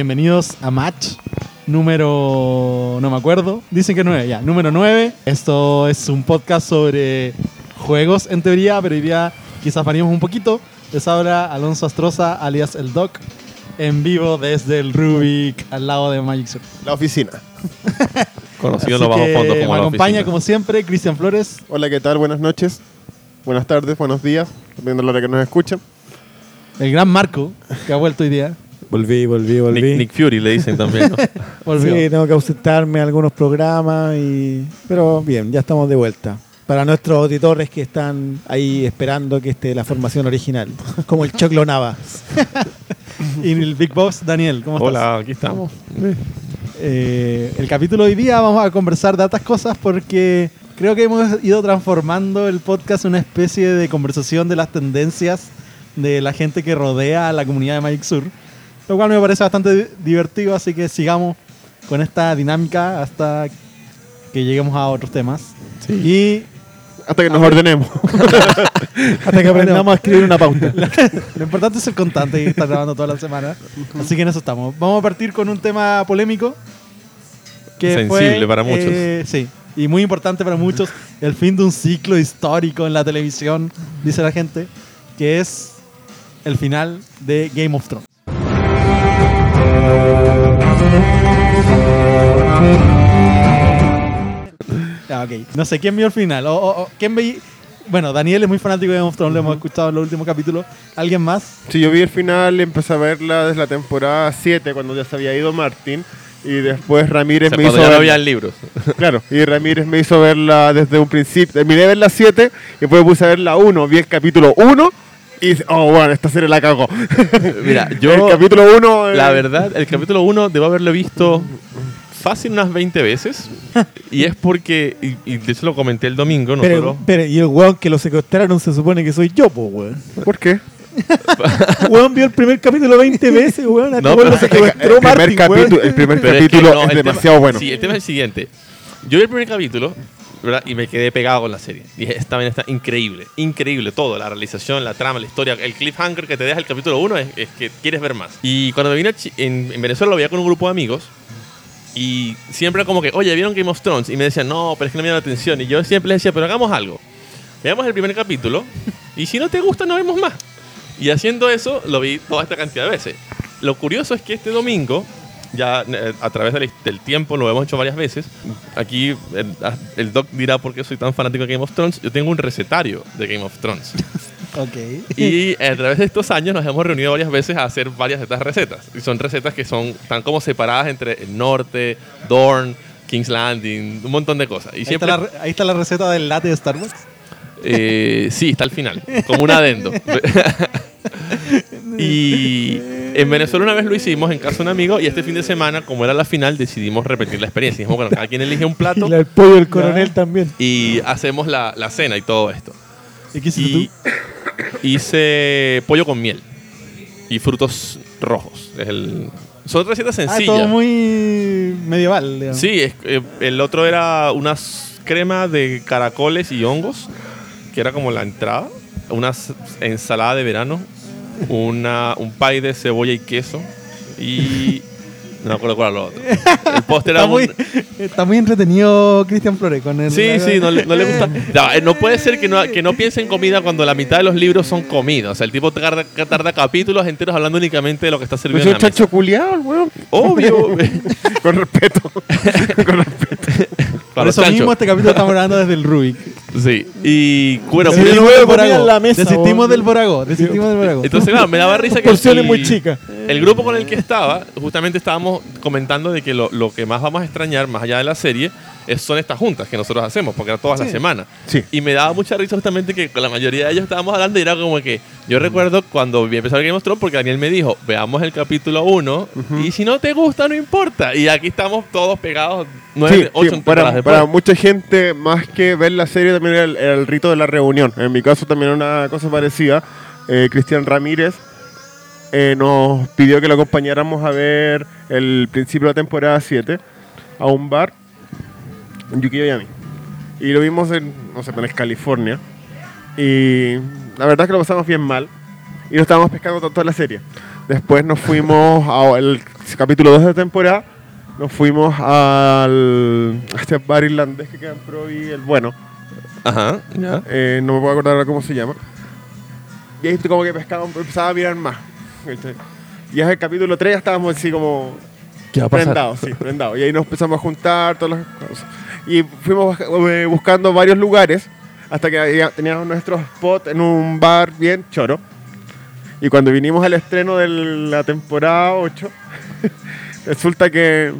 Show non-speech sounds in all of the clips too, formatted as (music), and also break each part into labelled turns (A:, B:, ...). A: Bienvenidos a Match número. No me acuerdo. Dicen que 9, ya. Número 9. Esto es un podcast sobre juegos en teoría, pero hoy día quizás variemos un poquito. Les habla Alonso Astroza, alias el Doc, en vivo desde el Rubik al lado de Magic Sur.
B: La oficina.
A: Así
C: Conocido en los bajos
A: que
C: fondos como
A: me
C: la
A: acompaña
C: oficina.
A: como siempre Cristian Flores.
B: Hola, ¿qué tal? Buenas noches. Buenas tardes, buenos días, dependiendo de la hora que nos escuchen.
A: El gran Marco, que ha vuelto hoy día.
D: Volví, volví, volví.
C: Nick, Nick Fury le
A: (laughs)
C: dicen también. ¿no?
A: Volvió.
D: Sí, tengo que ausentarme a algunos programas y... Pero bien, ya estamos de vuelta. Para nuestros auditores que están ahí esperando que esté la formación original, (laughs) como el Choclo Nava.
A: Y el Big Boss, Daniel, ¿cómo estás?
C: Hola, aquí estamos.
A: Eh, el capítulo de hoy día vamos a conversar de otras cosas porque creo que hemos ido transformando el podcast en una especie de conversación de las tendencias de la gente que rodea a la comunidad de Magic Sur, lo cual me parece bastante di- divertido, así que sigamos con esta dinámica hasta que lleguemos a otros temas. Y
B: Hasta que nos ordenemos. (laughs)
D: Hasta que aprendamos a escribir una
A: (laughs)
D: pauta.
A: Lo importante es ser constante y estar grabando toda la semana. Así que en eso estamos. Vamos a partir con un tema polémico.
C: Sensible para muchos.
A: eh, sí, y muy importante para muchos. El fin de un ciclo histórico en la televisión, dice la gente, que es el final de Game of Thrones. Ah, ok. No sé quién vio el final. O, o- o- ¿quién veí- Bueno, Daniel es muy fanático de Game of Thrones, lo hemos escuchado en los últimos capítulos. ¿Alguien más?
B: Si yo vi el final, empecé a verla desde la temporada 7, cuando ya se había ido Martín. Y después
C: O
B: Ramírez
C: sea,
B: me hizo.
C: cuando ya no
B: verla-
C: había libros.
B: (laughs) Claro, y Ramírez me hizo verla desde un principio. Terminé de ver la 7 y después me puse a ver la 1. Vi el capítulo 1 y dice, oh, bueno, esta serie la (laughs) cagó.
C: Mira,
B: el
C: yo,
B: capítulo eh, 1.
C: la verdad, el capítulo 1 debo haberlo visto fácil unas 20 veces.
A: (laughs)
C: Y es porque, y, y de hecho lo comenté el domingo,
D: Pero,
C: nosotros.
D: pero, y el weón que lo secuestraron se supone que soy yo, po, weón.
B: ¿Por qué?
D: Weón vio el primer capítulo 20 veces, weón. Hasta
C: No,
D: weón
C: pero
D: lo
C: es que
D: secuestró
B: el, primer
D: Martin,
B: capítulo,
D: weón.
B: el primer
C: Pero
B: Este capítulo
C: no,
B: es,
C: el tema-
B: demasiado bueno.
C: Sí, el tema es el siguiente. Yo vi el primer capítulo ¿verdad? y me quedé pegado con la serie. Dije, esta vaina está increíble, increíble todo. La realización, la trama, la historia, el cliffhanger que te deja el capítulo 1 es, es que quieres ver más. Y cuando me vine a Chi- en, en Venezuela lo veía con un grupo de amigos y siempre como que, oye, ¿vieron Game of Thrones? Y me decían, no, pero es que no me llama la atención. Y yo siempre les decía, pero hagamos algo. Veamos el primer capítulo y si no te gusta, no vemos más. Y haciendo eso, lo vi toda esta cantidad de veces. Lo curioso es que este domingo, ya eh, a través del, del tiempo, lo hemos hecho varias veces. Aquí el, ah, el doc dirá por qué soy tan fanático de Game of Thrones. Yo tengo un recetario de Game of
A: (laughs)
C: Thrones.
A: Ok.
C: Y eh, a través de estos años nos hemos reunido varias veces a hacer varias de estas recetas. Y son recetas que son tan como separadas entre el norte, Dorn, King's Landing, un montón de cosas. Y
A: Ahí está,
C: siempre
A: la, re- ahí está la receta del latte de Starbucks.
C: eh, sí, está al final, como
A: (laughs)
C: un adendo. y en Venezuela una vez lo hicimos en casa de un amigo y este fin de semana, como era la final, decidimos repetir la experiencia. Dijimos, bueno, cada quien elige un
D: Y
A: (laughs)
C: plato
D: la- el pollo del coronel también.
C: y hacemos la, la cena y todo esto.
A: ¿Y qué hiciste
C: Y
A: tú?
C: hice pollo con miel y frutos rojos. Es el- son recetas
A: Ah,
C: sencillas.
A: todo muy medieval, digamos.
C: Sí, es- eh, el otro era una s- crema de caracoles y hongos, que era como la entrada, una s- ensalada de verano, una, un pie de cebolla y queso y... (laughs) No me acuerdo cuál era lo otro. El postre era
A: Está muy,
C: un-
A: (laughs) está muy entretenido Cristian Flores con el.
C: Sí, sí, no, le- no le gusta. No, eh, no puede ser que no, que no piense en comida cuando la mitad de los libros son comida. O sea, el tipo tarda, tarda capítulos enteros hablando únicamente de lo que está
B: Pero
C: sirviendo
B: si
C: en
A: Pues
B: es
C: la
B: un
C: mesa.
B: Pues chancho culiado, el weón.
A: (laughs)
C: Obvio.
B: (laughs) Con respeto. Con respeto.
A: Por
C: Para
A: eso
C: chancho.
A: mismo este capítulo estamos hablando desde el Rubik.
C: Sí. Y bueno,
D: Sí,
C: pues-
D: no voy a
A: del
D: poner
A: Boragó.
D: en la mesa,
A: Desistimos
D: vos.
A: del Boragó. Desistimos del Boragó.
C: Entonces, claro,
B: (laughs)
C: me daba risa que.
D: Porciones muy chicas.
C: El grupo con el que estaba, justamente estábamos comentando de que lo, lo que más vamos a extrañar, más allá de la serie, es, son estas juntas que nosotros hacemos, porque eran todas las semanas.
B: Sí.
C: Y me daba mucha risa justamente que con la mayoría de ellos estábamos hablando y era como que. Yo recuerdo cuando vi empezar Game of Thrones, porque Daniel me dijo, veamos el capítulo 1, y si no te gusta, no importa. Y aquí estamos todos pegados,
B: Sí,
C: 9,
B: sí,
C: 8 temporadas
B: para,
C: después.
B: para mucha gente, más que ver la serie, también era el, era el rito de la reunión. En mi caso también era una cosa parecida. Eh, Cristian Ramírez eh, nos pidió que lo acompañáramos a ver el principio de la temporada 7 a un bar en Yukio y a mí. Y lo vimos en, no sé, en California. Y la verdad es que lo pasamos bien mal. Y lo estábamos pescando to- toda la serie. Después nos fuimos a- al capítulo 2 de la temporada, nos fuimos al, a este bar irlandés que queda en Provi, el bueno.
C: Ajá, ya.
B: Eh, no me puedo acordar ahora cómo se llama. Y ahí como que pescaba, empezaba a mirar más. ¿cachai? Y hasta el capítulo 3 ya estábamos así como
C: ¿Qué va a pasar?
B: prendados, sí, prendados. Y ahí nos empezamos a juntar, todas las cosas. Y fuimos eh, buscando varios lugares hasta que ya teníamos nuestro spot en un bar bien choro. Y cuando vinimos al estreno de la temporada 8, (laughs) resulta que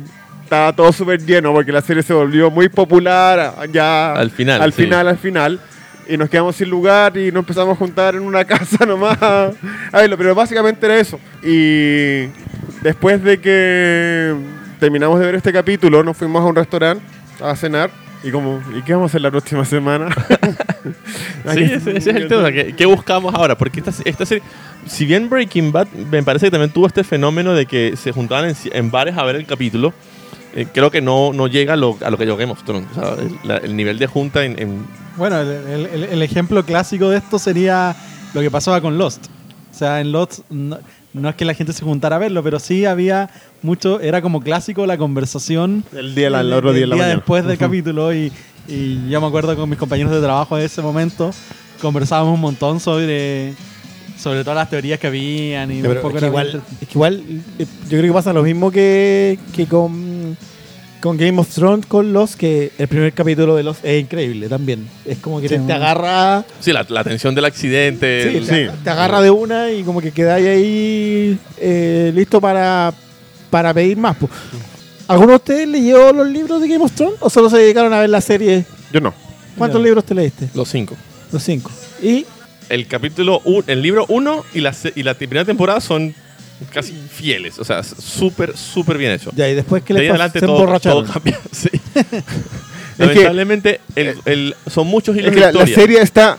B: estaba todo súper lleno porque la serie se volvió muy popular ya
C: Al final,
B: al
C: sí.
B: final, al final. Y nos quedamos sin lugar y nos empezamos a juntar en una (laughs) casa nomás. A verlo, pero básicamente era eso. Y después de que terminamos de ver este capítulo, nos fuimos a un restaurante a cenar. Y como, ¿y qué vamos a hacer la próxima
C: (laughs)
B: semana? (laughs)
C: Sí, ese, ese es el tema. ¿Qué, qué buscamos ahora? Porque esta, esta serie, si bien Breaking Bad me parece que también tuvo este fenómeno de que se juntaban en, ci- en bares a ver el capítulo, eh, creo que no, no llega a lo, a lo que llegó Game of Thrones. O sea, el, la- el nivel de junta en... en-
A: Bueno, el, el- el- el ejemplo clásico de esto sería lo que pasaba con Lost. O sea, en Lost no, no es que la gente se juntara a verlo, pero sí había mucho, era como clásico la conversación.
B: El día, la- el otro día de la mañana.
A: después del
B: Ujú.
A: capítulo y, y yo me acuerdo con mis compañeros de trabajo de ese momento, conversábamos un montón sobre, sobre todas las teorías que habían y un
D: Ya, pero
A: poco
D: es que
A: era-
D: igual, es que igual, eh, yo creo que pasa lo mismo que, que con, con Game of Thrones, con Los, que el primer capítulo de Los es increíble también. Es como que
A: Sí,
D: te, te
A: bueno.
D: agarra,
C: sí, la, la tensión del accidente.
D: sí,
C: el-
D: te,
B: sí.
D: te agarra de una y como que quedáis ahí eh, listo para, para pedir más. po. ¿Alguno de ustedes leyó los libros de Game of Thrones o solo se dedicaron a ver la serie?
B: Yo no.
D: ¿Cuántos
A: Ya.
D: libros te leíste?
C: Los cinco.
D: Los cinco. Y
C: El capítulo, un- el libro 1 y la, se- y la te- primera temporada son casi fieles. O sea, súper, súper bien hecho.
D: ya, y después que
C: de ahí en
D: les pasó,
C: adelante
D: se
C: todo, todo
D: emborracharon.
C: cambia. (laughs) sí.
B: (laughs)
C: Lamentablemente, el- el- son muchos hilos
B: Es
C: de
B: que la, la
C: historia.
B: serie está.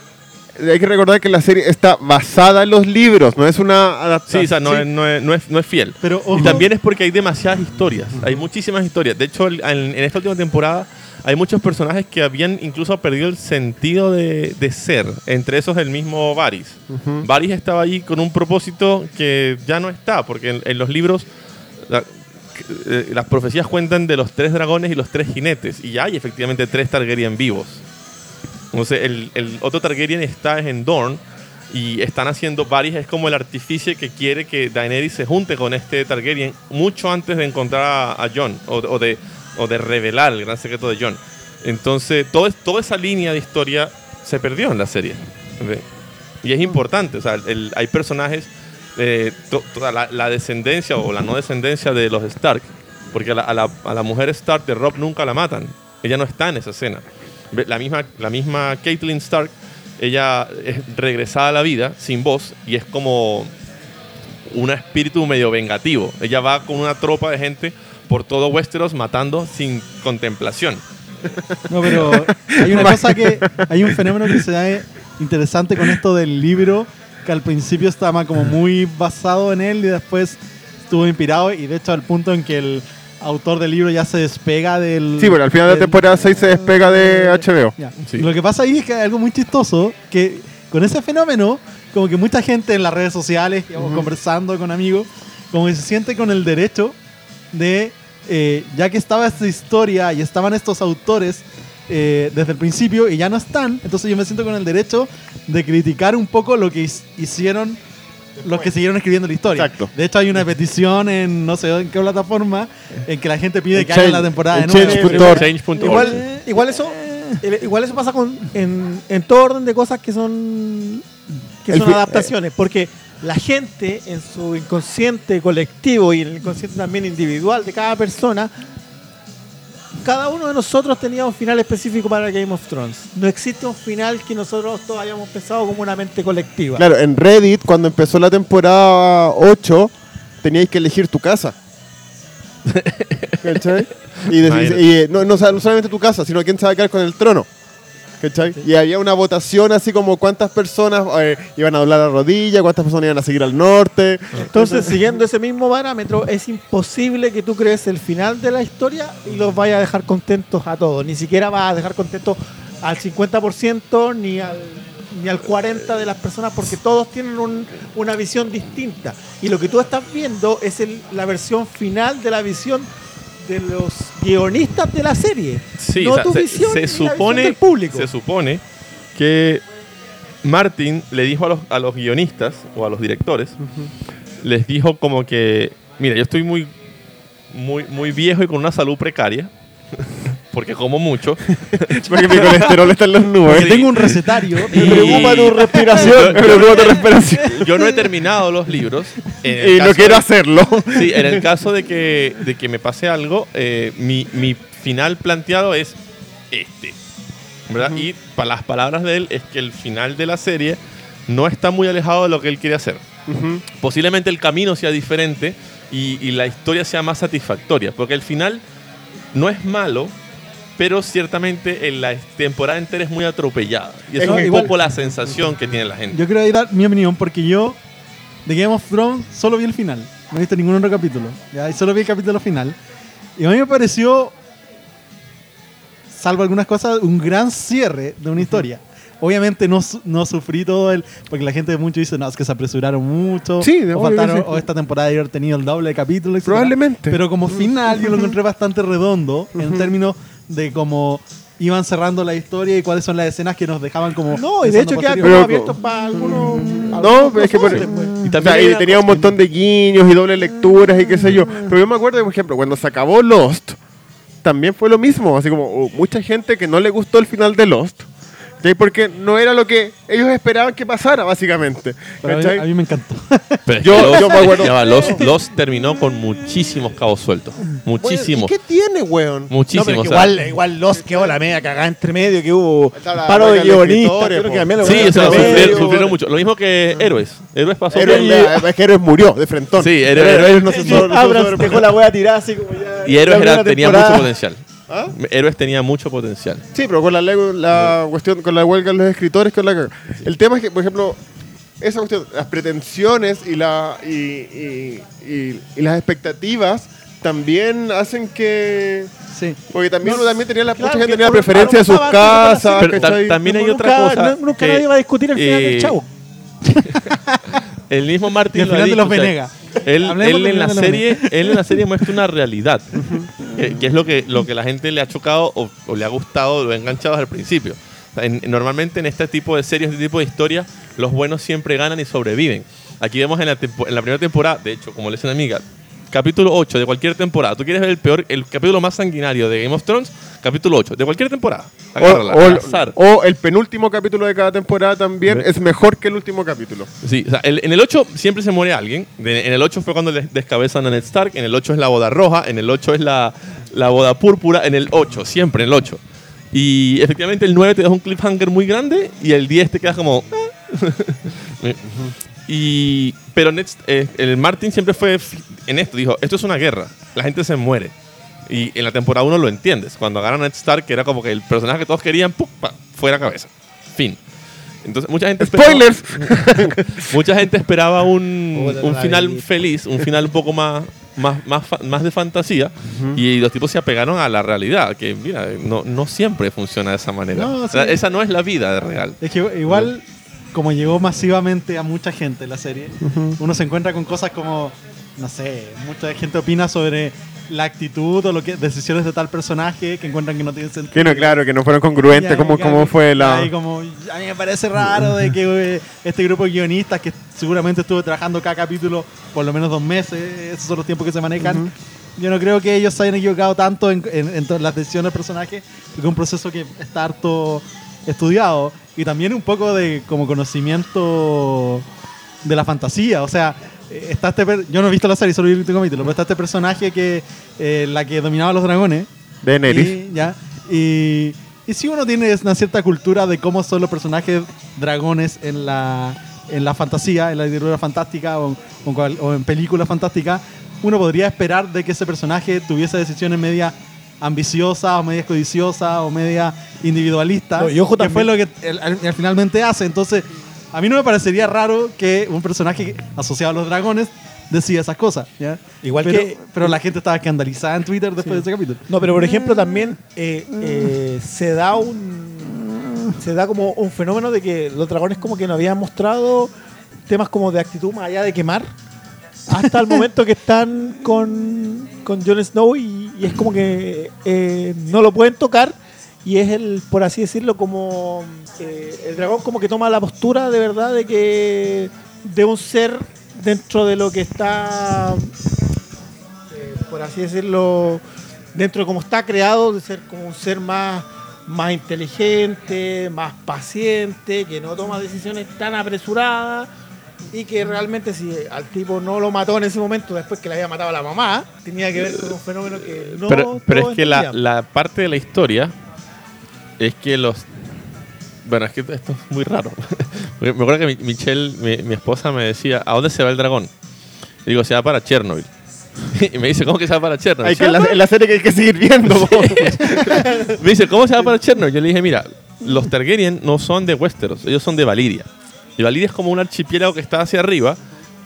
B: Hay que recordar que la serie está basada en los libros, no es una
C: Sí,
B: adaptación.
C: o sea, no, Es, no, es, no es- no es fiel.
A: Pero
C: Y
A: ojo-
C: también es porque hay demasiadas historias. Hay muchísimas historias. De hecho, el- en, en esta última temporada hay muchos personajes que habían incluso perdido el sentido de, de ser. Entre esos el mismo Varys. Varys estaba ahí con un propósito que ya no está, porque en, en los libros la- eh, las profecías cuentan de los tres dragones y los tres jinetes. Y ya hay efectivamente tres Targaryen vivos. Entonces, el, el otro Targaryen está en Dorne y están haciendo Varys es como el artífice que quiere que Daenerys se junte con este Targaryen mucho antes de encontrar a, John o, o de, o de revelar el gran secreto de John. Entonces, todo, es- toda esa línea de historia se perdió en la serie. ¿ve? Y es importante, o sea, el- hay personajes, eh, to- toda la, la descendencia o la no descendencia de los Stark, porque a la, a la- a la mujer Stark de Rob nunca la matan, ella no está en esa escena. Ve, La misma, la misma Caitlyn Stark, ella es regresada a la vida sin voz y es como un espíritu medio vengativo. Ella va con una tropa de gente por todo Westeros matando sin contemplación.
A: No, pero hay
B: (laughs)
A: una cosa que. Hay un fenómeno que se da eh, interesante con esto del libro, que al principio estaba como muy basado en él y después estuvo inspirado, y de hecho, al punto en que el autor del libro ya se despega del.
B: Sí, bueno, al final de la
A: del-
B: temporada seis se despega de HBO.
A: Ya.
C: Sí.
A: Lo que pasa ahí es que hay algo muy chistoso, que con ese fenómeno, como que mucha gente en las redes sociales, digamos, conversando con amigos, como que se siente con el derecho de, eh, ya que estaba esta historia y estaban estos autores eh, desde el principio y ya no están, entonces yo me siento con el derecho de criticar un poco lo que his- hicieron los que siguieron escribiendo la historia.
B: Exacto.
A: De hecho, hay una petición en no sé en qué plataforma en que la gente pide
B: En
A: que hagan
B: Change-
A: la temporada de
B: en
A: nuevo.
B: Change.org. Punto org.
C: Change.org.
D: Igual, Eh, igual eso el- igual eso pasa con en, en todo orden de cosas que son que
B: El
D: son
B: fi-
D: adaptaciones, porque la gente en su inconsciente colectivo y en el inconsciente también individual de cada persona cada uno de nosotros tenía un final específico para Game of Thrones. No existe un final que nosotros todos hayamos pensado como una mente colectiva.
B: Claro, en Reddit, cuando empezó la temporada 8, teníais que elegir tu
C: (laughs)
B: casa. ¿Cachai? Y, de-
C: Imagínate.
B: y, eh, no, no, sa- no solamente tu casa, sino quién se va a quedar con el trono. ¿Cachai? Y había una votación así como cuántas personas eh, iban a doblar la rodilla, cuántas personas iban a seguir al norte.
C: Ah.
D: Entonces, siguiendo ese mismo parámetro, es imposible que tú crees el final de la historia y los vayas a dejar contentos a todos. Ni siquiera vas a dejar contentos al 50% ni al ni al 40 de las personas porque todos tienen un- una visión distinta. Y lo que tú estás viendo es el- la versión final de la visión de los guionistas de la serie.
C: Sí,
D: no
C: o sea,
D: tu
C: se,
D: visión,
C: se
D: ni la visión
C: supone,
D: del público.
C: se supone que Martin le dijo a los, a los guionistas o a los directores, les dijo como que, mira, yo estoy muy, muy, muy viejo y con una salud precaria, (laughs) porque como
D: (laughs)
C: mucho.
B: Porque mi colesterol está en las nubes.
A: Porque tengo un recetario.
B: Me preocupa tu
C: Yo-
B: respiración. Me preocupa tu respiración.
C: Yo no he terminado los libros. (laughs) en el
B: Y no
C: caso
B: quiero
C: de-
B: hacerlo.
C: Sí, en el caso de que, de que me pase algo, eh, mi, mi final planteado es este. ¿verdad? Y para las palabras de él es que el final de la serie no está muy alejado de lo que él quiere hacer.
B: Ujú.
C: Posiblemente el camino sea diferente y, y la historia sea más satisfactoria, porque el final no es malo, pero ciertamente en la temporada entera es muy atropellada. Y eso
B: Es
C: es, un
B: que
C: poco la sensación que tiene la gente.
A: Yo quiero ahí dar mi opinión porque yo de Game of Thrones solo vi el final. No he visto ningún otro capítulo. ¿ya? Y solo vi el capítulo final. Y a mí me pareció, salvo algunas cosas, un gran cierre de una historia. Obviamente no, su- no sufrí todo el... Porque la gente mucho dice, no, es que se apresuraron mucho.
B: Sí, de-
A: o, faltaron-
B: obvio que sí.
A: o esta temporada debe haber tenido el doble de capítulos. etcétera.
B: Probablemente.
A: Pero como final yo lo encontré bastante redondo en términos de cómo iban cerrando la historia y cuáles son las escenas que nos dejaban como...
D: No, y de hecho
A: pensando posterior.
D: queda como
B: Pero-
D: abierto para algunos.
B: No, pero es que por-
D: después.
C: Y
B: O sea,
C: también hay
B: y
C: una
B: tenía un montón de guiños y dobles lecturas y qué sé yo. Pero yo me acuerdo, por ejemplo, cuando se acabó Lost, también fue lo mismo. Así como oh, mucha gente que no le gustó el final de Lost. ¿cachai? Porque no era lo que ellos esperaban que pasara, básicamente.
A: Pero a, mí,
B: ¿cachai?
A: a mí me
D: (laughs)
A: encantó.
C: Pero es
B: Yo-
C: que Lost-
B: yo me acuerdo-
C: ya va, Lost, Lost terminó con muchísimos cabos sueltos.
B: Bueno,
C: Muchísimos.
B: ¿Y qué tiene, weón?
D: No,
C: Muchísimos.
D: pero que
C: o sea,
D: igual, igual los quedó la media cagada entre medio que hubo
B: Está la
D: paro
B: huelga
D: de
B: de
D: guionistas.
B: escritores,
D: creo que
B: po.
D: también la
C: sí,
D: huelga
C: o sea,
D: entre
B: sufrieron-
D: medio.
C: sufrieron,
B: medio, bueno.
C: sufrieron mucho. Lo mismo que Héroes. Héroes pasó.
B: Héroes,
C: por-
B: la- es que Héroes murió de frentón.
C: Sí, Héroes-
B: no se
D: Sí,
B: sobre- no se
D: Abrams
B: sobre-
D: dejó la wea tirada así como ya.
C: y Héroes
D: la
C: era-
D: primera
C: tenía mucho
D: temporada.
C: potencial.
B: ¿Ah?
C: Héroes tenía mucho potencial.
B: Sí, pero con la, lego- la cuestión, con la huelga de los escritores, con la caga. El tema es que, por ejemplo, esa cuestión, las pretensiones y, la, y, y- y- y las expectativas también hacen que...
A: Sí.
B: Porque también uno también tenía la,
D: Claro,
B: mucha
D: que
B: gente tenía
D: por-
B: preferencia de sus
D: para un sábado,
B: casas,
C: Pero ta-
B: ¿cachai?
C: también hay
D: Ah, Nunca-
C: otra cosa.
D: nu- Nunca
C: que,
D: nadie va a discutir el final
C: eh,
D: del chavo.
C: El mismo Martin
A: Y al
C: lo ha
A: final de
C: dicho,
A: los
C: o sea,
A: Venegas.
C: Él,
A: Hablemos
C: él
A: del
C: en la
A: final de los
C: serie, él en la serie muestra una realidad, que, que es lo que, lo que la gente le ha chocado o, o le ha gustado, lo ha enganchado al principio. O sea, en- normalmente en este tipo de series, este tipo de historias, los buenos siempre ganan y sobreviven. Aquí vemos en la, tempo- en la primera temporada, de hecho, como le dicen amiga, capítulo 8 de cualquier temporada. Tú quieres ver el peor, el capítulo más sanguinario de Game of Thrones, capítulo 8 de cualquier temporada.
B: O,
C: Agárrala,
B: o el-
C: al azar.
B: o el penúltimo capítulo de cada temporada también
C: Ve-
B: es mejor que el último capítulo.
C: Sí, o sea, el- en el 8 siempre se muere alguien. De- en el 8 fue cuando les descabezan a Ned Stark. En el 8 es la boda roja. En el 8 es la, la boda púrpura. En el 8, siempre en el 8. Y efectivamente el 9 te deja un cliffhanger muy grande. Y el 10 te quedas como. eh. (laughs) y, pero Ned- eh, el Martin siempre fue fi- en esto. Dijo: Esto es una guerra. La gente se muere. Y en la temporada 1 lo entiendes. Cuando agarran a Ned Stark, que era como que el personaje que todos querían, ¡pum! pa, fuera cabeza. Fin. Entonces, mucha gente. esperaba-
B: ¡Spoilers!
C: Mucha gente esperaba
D: (laughs)
C: un,
D: Puta,
C: un
D: Oh, la
C: final
D: bendita.
C: feliz, un final un poco más, más, más, fa- más de fantasía. Y los tipos se apegaron a la realidad, que mira, no, no siempre funciona de esa manera.
A: No,
C: O sea,
A: sí.
C: Esa no es la vida real.
A: Es que igual, como llegó masivamente a mucha gente la serie, uno se encuentra con cosas como, no sé, mucha gente opina sobre la actitud o lo que decisiones de tal personaje que encuentran que no tienen sentido.
B: que no, claro, que no fueron
A: Y
B: congruentes
A: ahí,
B: como,
A: claro,
B: como fue la...
A: ahí como, a mí me parece raro de que eh, este grupo de guionistas que seguramente estuvo trabajando cada capítulo por lo menos dos meses, esos son los tiempos que se manejan. Yo no creo que ellos se hayan equivocado tanto en, en- en to- las decisiones del personaje, porque es un proceso que está harto estudiado y también un poco de como conocimiento de la fantasía. O sea, eh, está este per- yo no he visto la serie, solo vi el último capítulo, pero está este personaje que eh, la que dominaba los dragones.
B: de Neris.
A: Y, ya. Y, y si uno tiene una cierta cultura de cómo son los personajes dragones en la, en la fantasía, en la literatura fantástica o, o cual- o en películas fantásticas, uno podría esperar de que ese personaje tuviese decisiones media ambiciosas o media codiciosas o media individualista,
D: No, y ojo
A: que
D: también-
A: fue lo que el- al- al finalmente hace. Entonces, a mí no me parecería raro que un personaje asociado a los dragones decía esas cosas. ¿ya?
D: Igual
A: pero,
D: que-
A: pero la gente estaba escandalizada en
C: Mm.
A: Twitter después de ese capítulo.
D: No, pero por ejemplo también eh, eh, se da un, se da como un fenómeno de que los dragones como que no habían mostrado temas como de actitud más allá de quemar hasta el momento que están con, con Jon Snow y, y es como que eh, no lo pueden tocar y es el, por así decirlo, como eh, el dragón como que toma la postura de verdad de que de un ser dentro de lo que está, eh, por así decirlo, dentro de cómo está creado, de ser como un ser más, más inteligente, más paciente, que no toma decisiones tan apresuradas y que realmente si al tipo no lo mató en ese momento después que le había matado a la mamá, tenía que ver con un fenómeno que no...
C: pero, pero
D: todos
C: es que la,
D: entendían.
C: la parte de la historia es que los. Bueno, es que esto es muy raro. (laughs) Porque me acuerdo que mi- Michelle, mi, mi esposa, me decía: ¿A dónde se va el dragón? Y digo: Se va para Chernobyl. (laughs) y me dice: ¿Cómo que se va para Chernobyl?
B: Hay que, en la, en la serie que hay que seguir viendo. (laughs) po.
C: me dice, ¿cómo se va para Chernobyl? Yo le dije, mira, los Targaryen no son de Westeros, ellos son de Valiria. Y Valiria es como un archipiélago que está hacia arriba,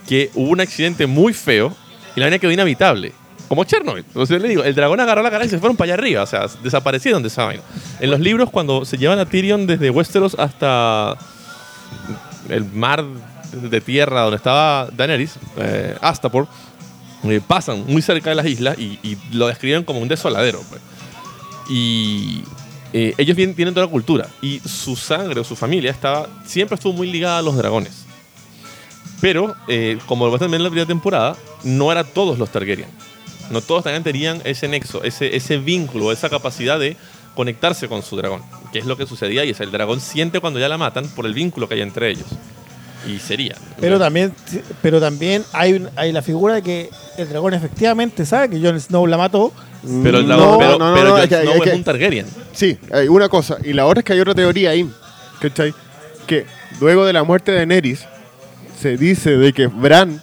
C: que hubo un accidente muy feo y la vaina quedó inhabitable. Como Chernobyl. Entonces yo le digo, el dragón agarró la cara y se fueron para allá arriba. O sea, desaparecieron de esa vaina. En los libros, cuando se llevan a Tyrion desde Westeros hasta el mar de tierra donde estaba Daenerys, eh, Astapor, eh, pasan muy cerca de las islas y, y lo describen como un desoladero. pues. Y eh, ellos vienen- tienen toda la cultura. Y su sangre o su familia estaba, siempre estuvo muy ligada a los dragones. Pero, eh, como lo vas a ver en la primera temporada, no eran todos los Targaryen. No todos también tenían ese nexo, ese, ese vínculo, esa capacidad de conectarse con su dragón. Que es lo que sucedía y es el dragón siente cuando ya la matan por el vínculo que hay entre ellos. Y sería.
D: Pero también, pero también hay, un- hay la figura de que el dragón efectivamente sabe que Jon Snow la mató.
C: Pero el
B: Mm, No,
C: dragón, pero,
B: no, no,
C: pero
B: no,
C: Jon
B: es que-
C: Snow
B: es
C: es
B: que-
C: un Targaryen.
B: Sí, hay una cosa. Y la otra es que hay otra teoría ahí, ¿cachai? Que luego de la muerte de Neris, se dice de que Bran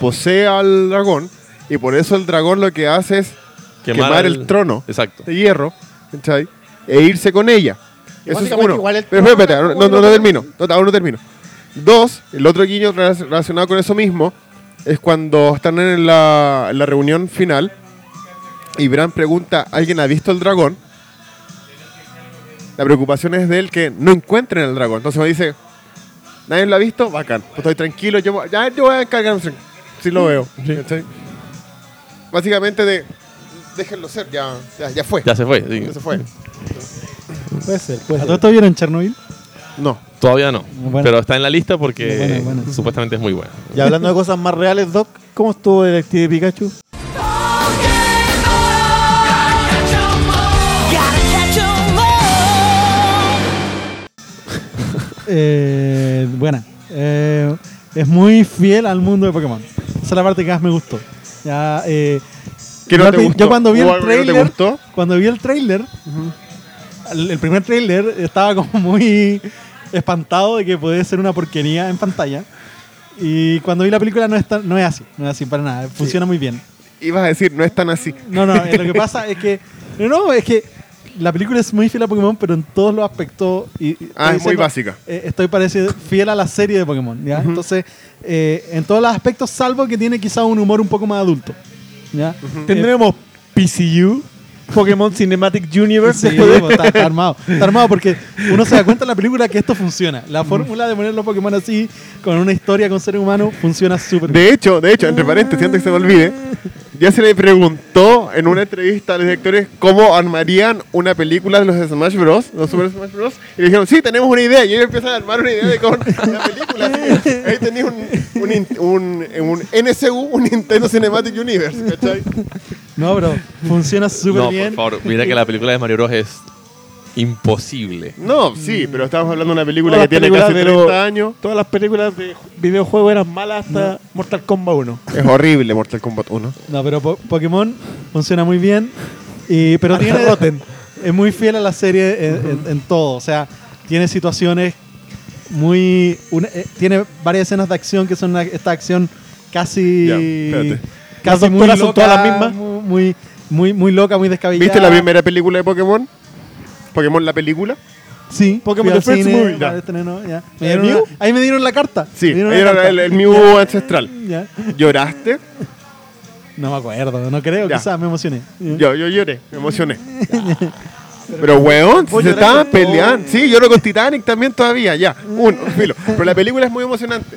B: posee al dragón y por eso el dragón lo que hace es quemar, el, trono
C: Exacto.
B: de hierro, ¿cachai? E irse con ella. Eso es
D: Básicamente
B: uno.
D: igual el
B: Pero
D: trono
B: espérate,
D: era
B: no,
D: como
B: no, no
D: lo-
B: termino. No, aún no termino. Dos, el otro guiño relac- relacionado con eso mismo es cuando están en la, en la reunión final y Bran pregunta, ¿alguien ha visto el dragón? La preocupación es de él que no encuentren el dragón. Entonces me dice, ¿nadie lo ha visto? Bacán. Pues estoy tranquilo, yo, vo- ya, yo voy a encargarme si- si lo veo. ¿Cachai? Básicamente de, déjenlo ser, ya, ya, ya fue.
C: Ya se fue. sí.
B: Ya se fue.
D: Puede ser,
A: ¿A
D: puede
A: todos
D: ser.
A: esto vieron Chernobyl?
B: No.
C: Todavía no.
A: Bueno.
C: Pero está en la lista porque
A: Bueno, bueno.
C: supuestamente es muy buena.
D: Y hablando de cosas más reales, Doc, ¿cómo estuvo Detective Pikachu?
E: Gotta catch 'em all.
A: Eh, buena. Eh, es muy fiel al mundo de Pokémon. Esa es la parte que más me gustó. Ya, eh,
B: ¿Qué no
A: yo,
B: te
A: pi-
B: gustó?
A: yo cuando vi
B: ¿Hubo
A: el
B: algo que no te
A: trailer,
B: gustó?
A: cuando vi el trailer, el, el primer trailer estaba como muy espantado de que podía ser una porquería en pantalla. Y cuando vi la película no es, tan- no es así, no es así para nada, funciona muy bien.
B: Ibas a decir, no es tan así.
A: No, no, eh, lo que pasa es que. No, no, es que la película es muy fiel a Pokémon, pero en todos los aspectos. Y, y
B: Ah,
A: estoy
B: es muy básica.
A: eh, estoy parecido, fiel a la serie de Pokémon, ¿ya? Entonces, eh, en todos los aspectos, salvo que tiene quizá un humor un poco más adulto, ¿ya? Eh,
D: Tendremos PCU, Pokémon Cinematic Universe. (laughs)
A: Sí,
D: después de-
A: pues, está, está armado. Está armado porque uno se da cuenta en la película que esto funciona. La fórmula de poner los Pokémon así, con una historia con seres humanos, funciona súper bien.
B: De hecho, de hecho, entre paréntesis, antes que se me olvide, ya se le preguntó en una entrevista a los directores cómo armarían una película de los Smash Bros, los Super Smash Bros, y le dijeron, sí, tenemos una idea, y ellos empiezan a armar una idea de cómo la película. así que Ahí tenía un, un, in- un, un NSU, un Nintendo Cinematic Universe, ¿cachai?
A: No, bro, funciona súper
C: no,
A: bien.
C: por favor, mira que la película de Mario Bros es imposible.
B: No, sí, pero estamos hablando de una película
D: Todas
B: que tiene
D: las
B: casi
D: películas de los-
B: 30 años.
D: Todas las películas de videojuegos eran malas hasta Mortal Kombat 1.
B: Es horrible Mortal Kombat 1.
A: No, pero Po- Pokémon funciona muy bien. Y, pero
D: Hasta
A: tiene,
D: Rotten.
A: es muy fiel a la serie en, en- en todo. O sea, tiene situaciones muy. una- eh, tiene varias escenas de acción que son una- esta acción casi.
B: Ya, espérate.
A: casi
D: Las
A: muy
D: doctoras son
A: loca,
D: todas las mismas.
A: mu- Muy, muy, muy loca, muy descabellada.
B: ¿Viste la primera película de Pokémon? Pokémon la película.
A: Sí, fui
D: Pokémon The
A: al
D: First
A: cine,
D: Movie,
A: para
B: ya.
A: el estreno, ya. Me
D: ¿El
A: dieron
D: Mew?
A: una- ahí me dieron la carta.
B: Sí,
A: Me dieron la
B: era
A: carta.
B: el, el Mew ancestral.
A: Ya.
B: ¿Lloraste?
A: No me acuerdo, no creo,
B: Ya.
A: quizás me emocioné. Ya.
B: Yo, yo lloré, me emocioné. Pero weón,
D: Oye,
B: se
D: ahora
B: estaban
D: que-
B: peleando. Sí, lloro con Titanic también todavía, ya. Uno, filo. Pero la película es muy emocionante.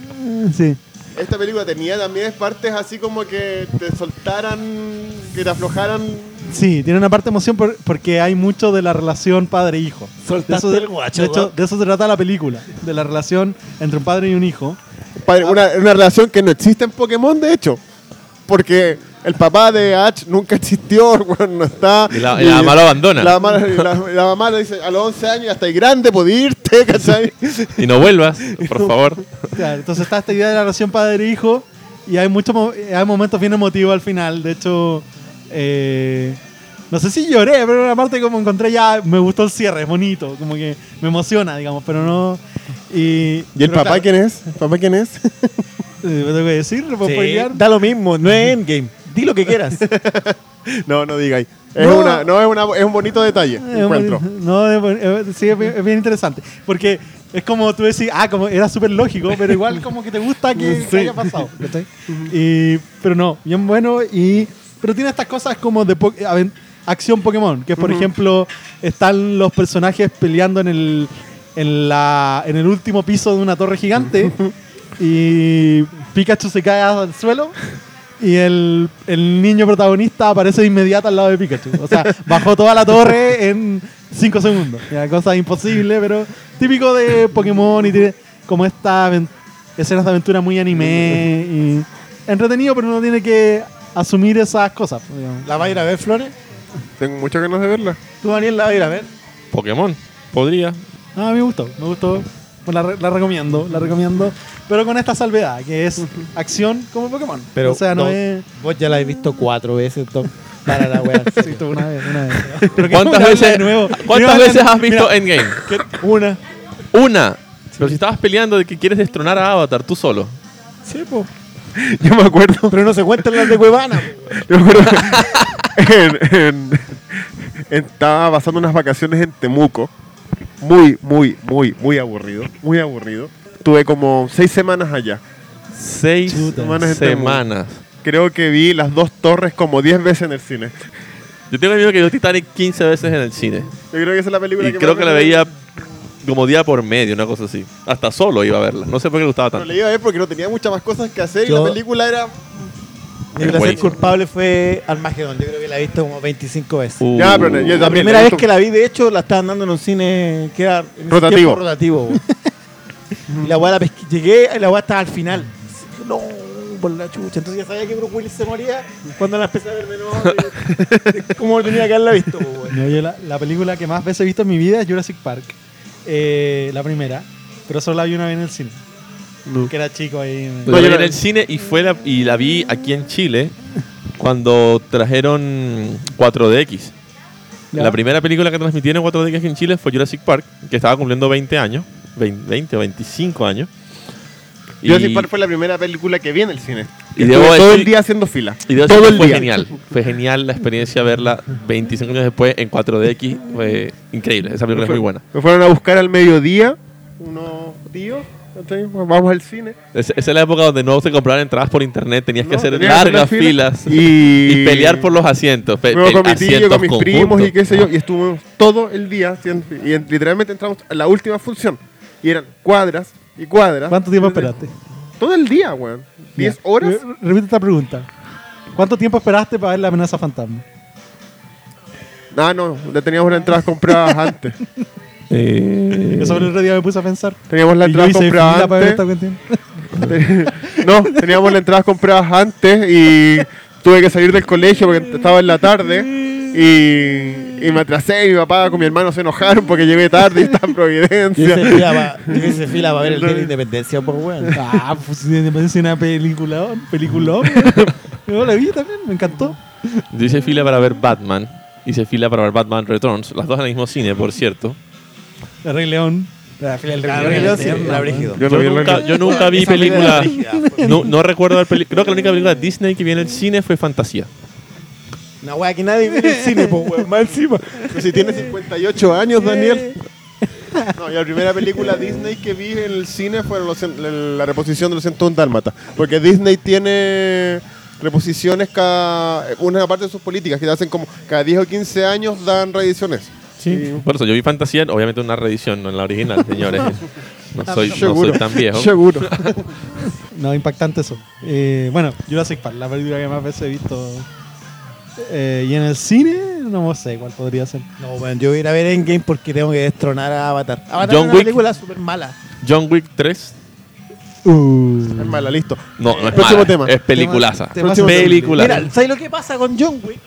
A: Sí.
B: Esta película tenía también partes así como que te soltaran, que te aflojaran.
A: Sí, tiene una parte de emoción por- porque hay mucho de la relación padre-hijo.
D: Soltaste
A: De eso-
D: el guacho,
A: De hecho,
D: weón.
A: de eso se trata la película, de la relación entre un padre y un hijo.
B: Padre, una, una relación que no existe en Pokémon, de hecho. Porque el papá de Ash nunca existió, (laughs) weón, no está.
C: Y la- y la mamá lo abandona.
B: La mamá, la- la mamá le dice, a los 11 años ya estáis grande, podés irte, (laughs) ¿cachai?
C: Y no vuelvas, por favor.
A: Claro, entonces está esta idea de la relación padre-hijo y hay, mucho, mo- hay momentos bien emotivos al final. De hecho, eh, no sé si lloré, pero en una parte como encontré ya, me gustó el cierre, es bonito, como que me emociona, digamos, pero no... ¿Y,
B: ¿Y el
A: pero
B: papá
A: claro,
B: quién es? ¿El papá quién es?
A: eh, ¿Me tengo que decir? ¿Puedo spoilear?
D: Da lo mismo, no es Endgame. Di lo
A: (laughs)
D: que quieras.
B: No, no digáis. Es,
A: No.
B: Una, no, es, una, es un bonito detalle,
A: Eh,
B: encuentro.
A: No, es buen- eh, sí, es bien, es bien interesante. Porque es como tú decís, ah, como era súper lógico, pero igual como que te gusta que, que haya
B: (laughs)
A: pasado. ¿cachai? Y- pero no, bien bueno. y Pero tiene estas cosas como de po- aven- acción Pokémon, que por ejemplo están los personajes peleando en el, en, la, en el último piso de una torre gigante y Pikachu se cae al
B: (laughs)
A: suelo. Y el, el niño protagonista aparece de inmediato al lado de Pikachu. O sea, bajó toda la torre en 5 segundos. Ya, cosa imposible, pero típico de Pokémon y tiene como esta aven- escenas de aventura muy anime. Y entretenido, pero uno tiene que asumir esas cosas. pues, digamos.
D: ¿La va a ir a ver, Flores?
B: Tengo muchas ganas de verla.
D: ¿Tú, Daniel, la vas a ir a ver?
C: Pokémon. Podría.
A: Ah, me gustó, me gustó. Pues la, re- la recomiendo, la recomiendo. Pero con esta salvedad, que es acción como Pokémon. o sea, no
D: Doc,
A: es...
D: Vos ya la he visto cuatro veces, Tom. Para la wea.
A: (laughs) Sí, tú una vez, una vez. Pero que
C: ¿Cuántas
A: una vez
C: veces,
A: de nuevo.
C: ¿cuántas
A: Mira,
C: veces has
A: mira,
C: visto Endgame?
D: Una.
C: Una. Pero si estabas peleando de que quieres destronar a Avatar tú solo.
D: Sí, po.
B: (laughs) Yo me acuerdo
D: Pero no se cuentan las de Cuevana.
A: (laughs)
D: po.
B: Yo me acuerdo que (laughs) en- en- en- estaba pasando unas vacaciones en Temuco. Muy, muy, muy, muy aburrido. Muy aburrido. Tuve como seis semanas allá.
C: Seis
A: Chuta.
C: semanas.
B: este
C: semanas.
B: Creo que vi las dos torres como diez veces en el cine.
C: Yo tengo un amigo que vio Titanic 15 veces en el cine.
B: Yo creo que esa es la película
C: Y
B: que
C: creo
B: más
C: que
B: me-
C: la veía como día por medio, una cosa así. Hasta solo iba a verla. No sé por qué le gustaba
B: No
C: tanto.
B: la iba a ver porque no tenía muchas más cosas que hacer y
D: Yo-
B: la película era.
C: Es
D: Mi placer
C: buenísimo.
D: culpable fue Armagedón. Yo creo que la he visto como 25 veces.
C: Uh,
B: Ya, pero yo
D: La
B: también.
D: primera
B: he
D: vez
B: visto-
D: que la vi, de hecho, la estaban dando en un cine que era en ese tiempo
B: Rotativo.
D: rotativo
A: (laughs)
D: güey. y la weá la pesqué, llegué y la weá estaba al final. Así que, No, por la chucha. Entonces ya sabía que Bruce Willis se moría cuando la empecé a ver de nuevo. de- de ¿Cómo tenía que haberla visto? güey.
A: No, yo la, la película que más veces he visto en mi vida es Jurassic Park. Eh, la primera. Pero solo la vi una vez en el cine. Que era chico ahí.
C: Yo
B: No,
C: la
B: yo
C: vi
B: la-
C: en el cine y, fue la, y la vi aquí en Chile cuando trajeron 4DX.
A: Ya.
C: La primera película que transmitieron en 4DX aquí en Chile fue Jurassic Park, que estaba cumpliendo 20 años, 20, 20 o 25 años. Y-
B: Jurassic Park fue la primera película que vi en el cine.
C: Y
B: Estuve
C: debo
B: todo
C: decir-
B: el día haciendo fila.
C: Y debo
B: todo
C: decir que
B: el
C: fue
B: día.
C: genial. Fue genial la experiencia verla 25 años después en 4DX. Fue increíble. Esa película es muy buena.
B: Me fueron a buscar al mediodía unos tíos. ¿cachai? Vamos al cine.
C: Es- esa es la época donde no se compraban entradas por internet. Tenías que
B: No,
C: hacer
B: tenía que hacer
C: largas
B: las
C: filas
B: y,
C: y pelear por los asientos. pe-
B: Luego
C: pe-
B: con mi tío,
C: asientos
B: con mis primos
C: conjuntos.
B: y qué sé yo. Y estuvimos todo el día. haciendo- Y en- literalmente entramos a la última función. Y eran cuadras y cuadras.
A: ¿Cuánto tiempo esperaste?
B: Todo el día, weón. ¿10
A: Ya. ¿Eh?
B: horas?
A: Re- Repite esta pregunta. ¿Cuánto tiempo esperaste para ver la amenaza fantasma?
B: Ah, no. Ya teníamos las entradas compradas antes.
C: Eh,
A: Eso el otro día me puse a pensar.
B: Teníamos las
A: Y yo
B: entradas
A: hice fila para ver
B: compradas
A: esta
B: antes.
A: cuestión.
B: (laughs) no, teníamos las entradas compradas antes y tuve que salir del colegio porque estaba en la tarde. Y, y me atrasé y mi papá con mi hermano se enojaron porque llegué tarde y estaba en
D: Yo hice
B: Providencia.
C: (laughs)
D: fila pa- yo hice fila para ver el Día de la Independencia, por weón.
A: Ah, pues me parece una película.
C: (laughs)
A: Película. Yo la vi también, me encantó.
C: Yo hice fila para ver Batman. Hice fila para ver Batman Returns. Las dos en el mismo cine, por cierto.
A: El Rey León. La fila del
D: La Brígido, sí, la Brígido.
B: Yo
C: Yo
B: no vi el
C: nunca,
B: reloj.
C: yo nunca vi
D: Esa película
C: película.
D: era rígida,
C: No, no recuerdo ver película. Creo que la única película de Disney que vi en el cine fue Fantasía.
D: Una weá que nadie ve en el cine, po, weón. Más encima.
B: Pues si tiene 58 años, Daniel. No, y la primera película Disney que vi en el cine fue los cien- la- la reposición de los 101 Dálmata. Porque Disney tiene reposiciones cada. Una parte de sus políticas que hacen como cada 10 o 15 años dan reediciones.
D: Sí.
C: Por eso yo vi Fantasía, obviamente una reedición, no en la original, señores. No soy, no soy
B: Seguro.
C: tan viejo.
B: Seguro. (laughs)
A: No, impactante eso. Eh, bueno, Jurassic Park, la película que más veces he visto. Eh, y en el cine, no sé cuál podría ser.
D: No, bueno, yo voy a ir a ver Endgame porque tengo que destronar a Avatar. Avatar
C: John
D: es una
C: Wick.
D: película súper mala.
C: John Wick 3.
A: Uh,
B: es mala, listo.
C: No, no es
B: Próximo
C: mala,
B: tema.
C: Es peliculaza.
A: Tema-
B: tema-
C: Peliculaza.
D: Mira, ¿sabes lo que pasa con John Wick?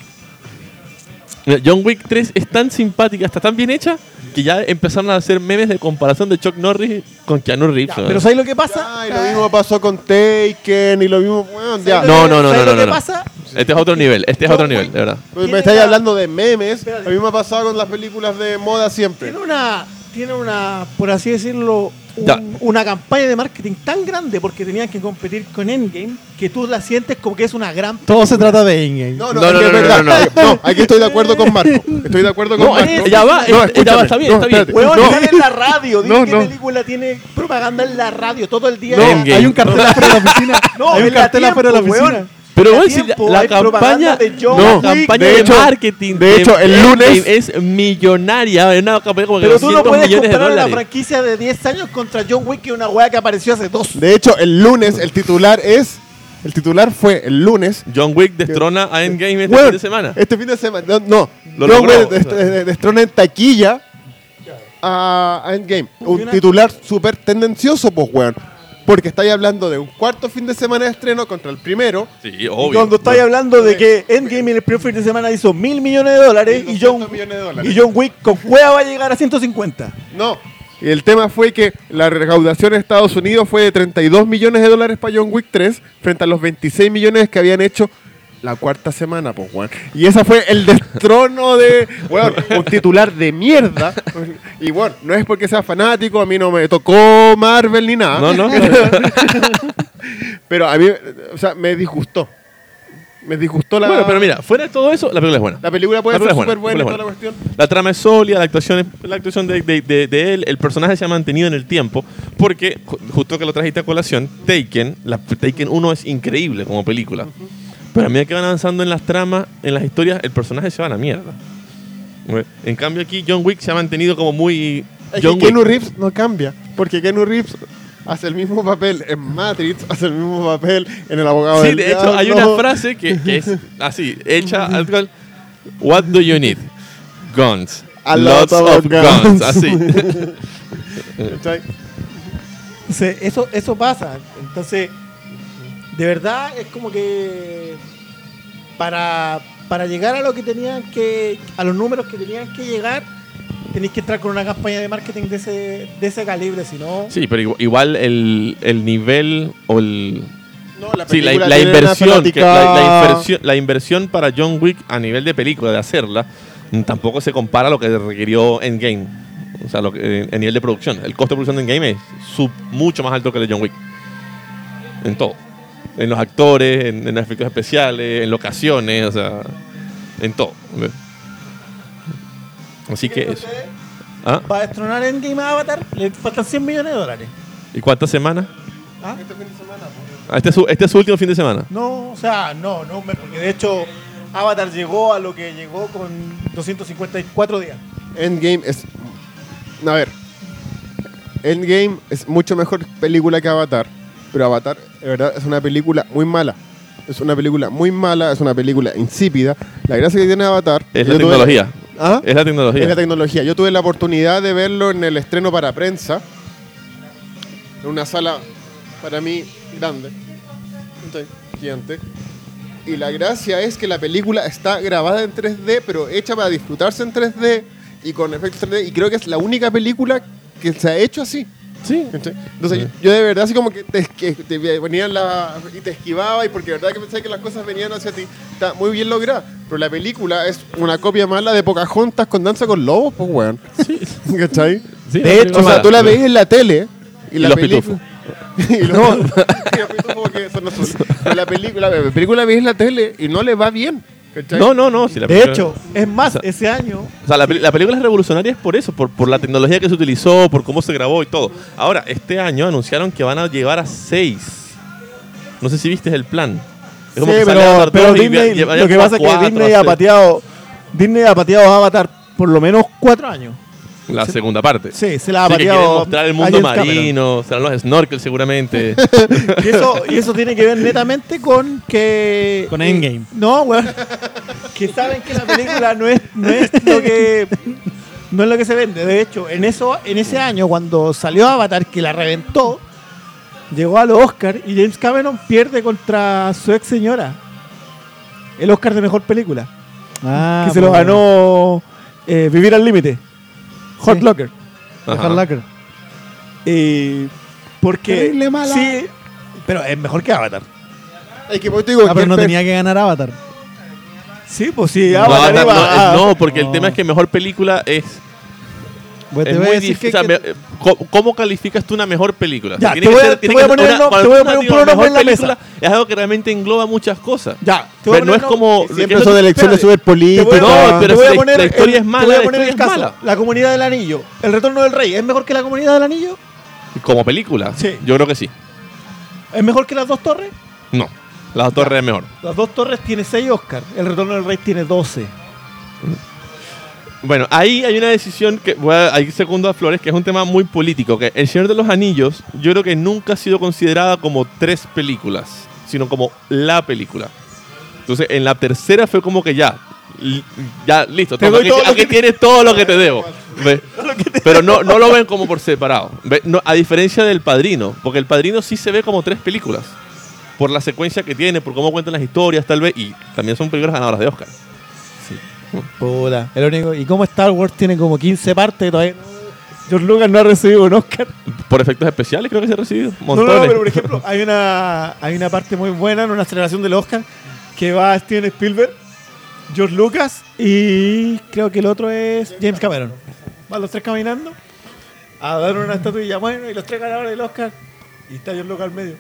C: Mira, John Wick 3 es tan simpática, está tan bien hecha, que ya empezaron a hacer memes de comparación de Chuck Norris con Keanu Reeves.
D: Ya,
C: ¿no?
D: pero ¿sabes lo que pasa?
B: Ya, y lo mismo pasó con Taken y lo mismo. Bueno, ya.
D: ¿Sabes
C: No,
D: lo que-
C: no, no,
D: ¿sabes
C: no,
D: lo
C: no,
D: que
C: no.
D: pasa?
C: Este es otro nivel, este es otro nivel, de verdad.
B: Pues
D: Tiene
B: me estáis
D: la-
B: hablando de memes.
D: Espérate.
B: Lo mismo ha pasado con las películas de moda siempre.
D: Tiene una, tiene una, por así decirlo, un-
C: Ya.
D: una campaña de marketing tan grande porque tenían que competir con Endgame que tú la sientes como que es una gran
A: Todo se trata de Endgame.
B: No, no,
C: No, no,
B: es que
C: no,
B: es
C: no,
B: verdad.
C: no, no.
B: No, aquí estoy de acuerdo con Marco. Estoy de acuerdo con
C: No, eh.
B: Marco.
D: eh,
C: es- ya va, es- ya va,
B: escúchame.
C: está bien, está bien.
B: espérate.
D: Huevón,
B: No,
D: sale en la radio. Dime
B: No,
D: qué
B: no.
D: película tiene propaganda en la radio todo el día.
C: No,
D: En la-
C: Endgame.
A: Hay un cartel (laughs) afuera de la
D: (laughs)
A: oficina. Hay un
D: en la
A: cartel afuera de la
D: Tiempo,
A: oficina.
D: huevón.
C: Pero
D: En
C: voy a
D: la
C: decir,
D: Tiempo
C: la
D: hay
C: campaña
D: propaganda de John
C: no,
B: Wick.
C: campaña
B: De
C: de,
B: hecho-
C: marketing
B: de hecho, el
C: Endgame
B: lunes-
C: es millonaria, es una campaña como de
D: Pero tú no
C: 200
D: puedes
C: millones de
D: comparar una
C: dólares.
D: franquicia de 10 años contra John Wick, que es una weá que apareció hace dos.
B: De hecho, el lunes, el titular es. El titular fue el lunes.
C: John Wick destrona a Endgame este
B: Bueno,
C: fin de semana.
D: eh,
B: Este fin de semana. No, no. John
C: Lo logró,
B: Wick
C: o
B: dest-
C: sea.
B: eh, destrona en taquilla a a Endgame. Un
D: una-
B: titular súper tendencioso, pues, weón. Porque estáis hablando de un cuarto fin de semana de estreno contra el primero.
C: Sí,
D: Y
C: obvio.
D: cuando estáis hablando de que Endgame en el primer fin de semana hizo mil millones de dólares y
B: 1.200
D: John,
B: millones de dólares.
D: y John Wick con cueva va a llegar a 150.
B: No. Y el tema fue que la recaudación en Estados Unidos fue de 32 millones de dólares para John Wick 3 frente a los 26 millones que habían hecho la cuarta semana, pues, weón. Y ese fue el (laughs) destrono de, weón, un titular de mierda.
C: (laughs)
B: Y bueno, no es porque sea fanático, a mí no me tocó Marvel ni nada.
C: No, no.
B: (laughs) Pero a mí, o sea, me disgustó. Me disgustó la...
C: Bueno, pero mira, fuera de todo eso, la película es buena.
B: La película puede
C: La película
B: ser
C: es
B: súper buena,
C: buena,
B: y
C: la
B: toda la
C: película es
B: cuestión.
C: La trama es sólida, la actuación, es- la actuación de, de- de- de él, el personaje se ha mantenido en el tiempo, porque ju- justo que lo trajiste a colación, Taken, la, Taken 1 es increíble como película. Pero a medida que van avanzando en las tramas, en las historias, el personaje se va a la mierda. Bueno, En cambio aquí John Wick se ha mantenido como muy
B: Es
C: John
B: que Keanu
C: Wick.
B: Reeves no cambia, porque Keanu Reeves hace el mismo papel en Matrix, hace el mismo papel en El abogado
C: Sí,
B: del
C: de hecho hay una
B: diablo.
C: frase que,
B: (laughs)
C: que es así, hecha al cual, What do you need? Guns.
B: A lot
C: Lots
B: of
C: of guns.
B: guns.
C: Así.
B: (laughs) ¿Cachai?
D: Entonces, eso, eso pasa. Entonces, de verdad es como que para, para llegar a lo que tenían que, a los números que tenían que llegar, tenéis que entrar con una campaña de marketing de ese, de ese calibre, si no.
C: Sí, pero igu- igual el, el nivel o el...
B: No,
C: Sí, la,
B: película
C: la
B: tiene una
C: inversión, que- la, la
B: fanática-
C: inversión, la inversión para John Wick a nivel de película, de hacerla, mm, tampoco se compara a lo que requirió Endgame. O sea, lo que, eh, a nivel de producción. El costo de producción de Endgame es sub- mucho más alto que el de John Wick. En todo. En los actores, en, en los efectos especiales, en locaciones, o sea, en todo. Así que eso. ¿Ah?
D: Para destronar Endgame a Avatar le faltan 100 millones de dólares.
C: ¿Y cuántas semanas?
D: ¿Ah?
C: Ah, Este es, su, este es su último fin de semana.
D: No, o sea, no, no, hombre, porque de hecho Avatar llegó a lo que llegó con 254 días.
B: Endgame es. A ver. Endgame es mucho mejor película que Avatar. Pero Avatar, de verdad, es una película muy mala. Es una película muy mala, es una película insípida. La gracia que tiene Avatar.
C: Es la
B: yo tuve-
C: tecnología.
B: ¿Ah?
C: Es la tecnología.
B: Es la tecnología. Yo tuve la oportunidad de verlo en el estreno para prensa, en una sala para mí grande, entonces, gigante. Y la gracia es que la película está grabada en 3D, pero hecha para disfrutarse en 3D y con efectos 3D. Y creo que es la única película que se ha hecho así.
C: Sí.
B: ¿cachai? Entonces yo- yo de verdad así como que te, esqui- te venían la, y te esquivaba y porque de verdad que pensé que las cosas venían hacia ti. Está muy bien lograda, pero la película es una copia mala de Pocahontas con Danza con Lobos, pues weón. (laughs) ¿Cachai?
C: Sí,
D: De hecho,
B: O sea, tú la veis en la tele y,
C: Y
B: la
C: los
B: película... (laughs) y los no. los pitufos porque son azules. Pero la película, la película la veis en la tele y no le va bien. ¿cachai?
C: No, no, no. si la
D: De
C: película-
D: hecho, es más,
C: O sea-
D: ese año
C: O sea, la, peli- la película es revolucionaria es por eso, por, por la tecnología que se utilizó, por cómo se grabó y todo. Ahora, este año anunciaron que van a llevar a seis. No sé si viste el plan. Es
D: Sí,
C: sale Avatar 2 y ve- lleva- lleva como a cuatro, a seis.
D: pateado Disney ha pateado a Avatar por lo menos cuatro años.
C: La segunda parte.
D: Sí, se la ha
C: Sí, que quieren
D: pateado
C: mostrar el mundo
D: James Cameron.
C: marino, serán los snorkels
D: (laughs)
C: seguramente.
D: Y eso, y eso tiene que ver netamente con que. eh,
A: Con Endgame.
D: No, weón. (laughs) Que saben que la película no es, no es lo que. No es lo que se vende. De hecho, en eso, en ese año, cuando salió Avatar, que la reventó, llegó a los Oscar y James Cameron pierde contra su ex señora. El Oscar de mejor película.
A: Ah,
D: que se lo
A: pues,
D: ganó eh, Vivir al Límite. Hot
A: Sí.
D: Locker.
A: de
C: Ajá.
A: Hard Locker.
D: Eh, porque.
A: Terrible mala.
D: Sí, pero es mejor que Avatar.
B: Es que pues, te digo,
A: Ah, pero no
B: que-
A: tenía que ganar Avatar.
D: Sí, pues sí,
C: No,
D: Avatar
C: no,
D: iba
C: no,
D: a-
C: eh, no, porque
A: no.
C: el tema es que mejor película es,
A: Pues
C: es
A: voy a
C: muy
A: decir
C: difícil.
A: que-
C: o sea,
A: que-
C: me- eh, co- ¿Cómo calificas tú una mejor película? O sea,
D: Ya,
C: tiene
D: te
C: que
D: voy a-
C: ser-
D: te
C: tiene
D: voy a
C: que ser
D: poner el
C: una-
D: nom-
C: cuando
D: te voy a
C: una
D: poner un
C: diga
D: puro nombre
C: mejor
D: en la
C: película, Es algo que realmente engloba muchas cosas.
D: Ya, te voy a
C: Pero no
D: poner
C: es
D: no-
C: como.
D: sí,
B: Siempre son
C: no-
B: elecciones súper
D: Te voy a-
B: políticas.
C: No, pero
D: te voy
C: si
D: a
C: la-
D: poner
C: la historia
D: el-
C: es mala,
D: te voy a
C: la
D: poner el
C: historia es
D: caso.
C: mala.
D: La comunidad del anillo. El retorno del rey. ¿Es mejor que la comunidad del anillo?
C: Como película.
D: Sí.
C: Yo creo que sí.
D: ¿Es mejor que las dos torres?
C: No. Las dos torres es mejor.
D: Las dos torres tiene 6 Oscar. El retorno del rey tiene 12.
C: Bueno, ahí hay una decisión que voy a, ahí segundo a Flores, que es un tema muy político, que El Señor de los Anillos yo creo que nunca ha sido considerada como tres películas, sino como la película. Entonces, en la tercera fue como que ya, li- ya listo,
D: Te
C: toma,
D: doy
C: aquí,
D: todo lo
C: aquí
D: que te-
C: tienes todo lo que te debo.
D: (laughs)
C: ¿Ve? Pero no, no lo ven como por separado. ¿Ve? No, a diferencia del Padrino, porque el Padrino sí se ve como tres películas, por la secuencia que tiene, por cómo cuentan las historias tal vez, y también son películas ganadoras de Oscar.
D: Puta. El único. ¿Y cómo Star Wars tiene como 15 partes todavía? George Lucas no ha recibido un Oscar.
C: Por efectos especiales creo que se ha recibido.
D: No, no,
C: Montones.
D: no, pero por ejemplo, hay una, hay una parte muy buena en una celebración del Oscar que va Steven Spielberg, George Lucas y creo que el otro es James Cameron. Van los tres caminando a dar una estatuilla. Bueno, y los tres ganadores del Oscar. Y está George Lucas al medio.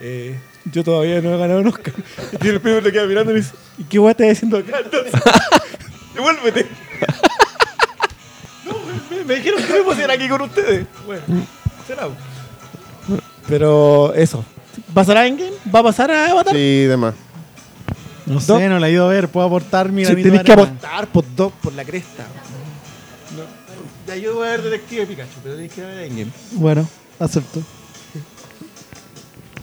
D: Eh, yo todavía no he ganado un Oscar. (laughs) Y Steven Spielberg le queda mirando y le dice: ¿Y qué guay estás haciendo acá? Entonces, devuélvete. (laughs) no, me, me dijeron que me pusiera aquí con ustedes. Bueno, será. Pero eso. ¿Pasará en game? ¿Va a pasar a Avatar?
B: Sí, demás.
A: No sé, no la he ido a ver. Puedo aportar mi
D: Si
A: granito
D: tenés
A: de
D: que
A: arena.
D: apostar por dos por la cresta. No. Ya yo voy a ver Detective Pikachu, pero tenés que ir a ver Endgame.
A: Bueno, acepto.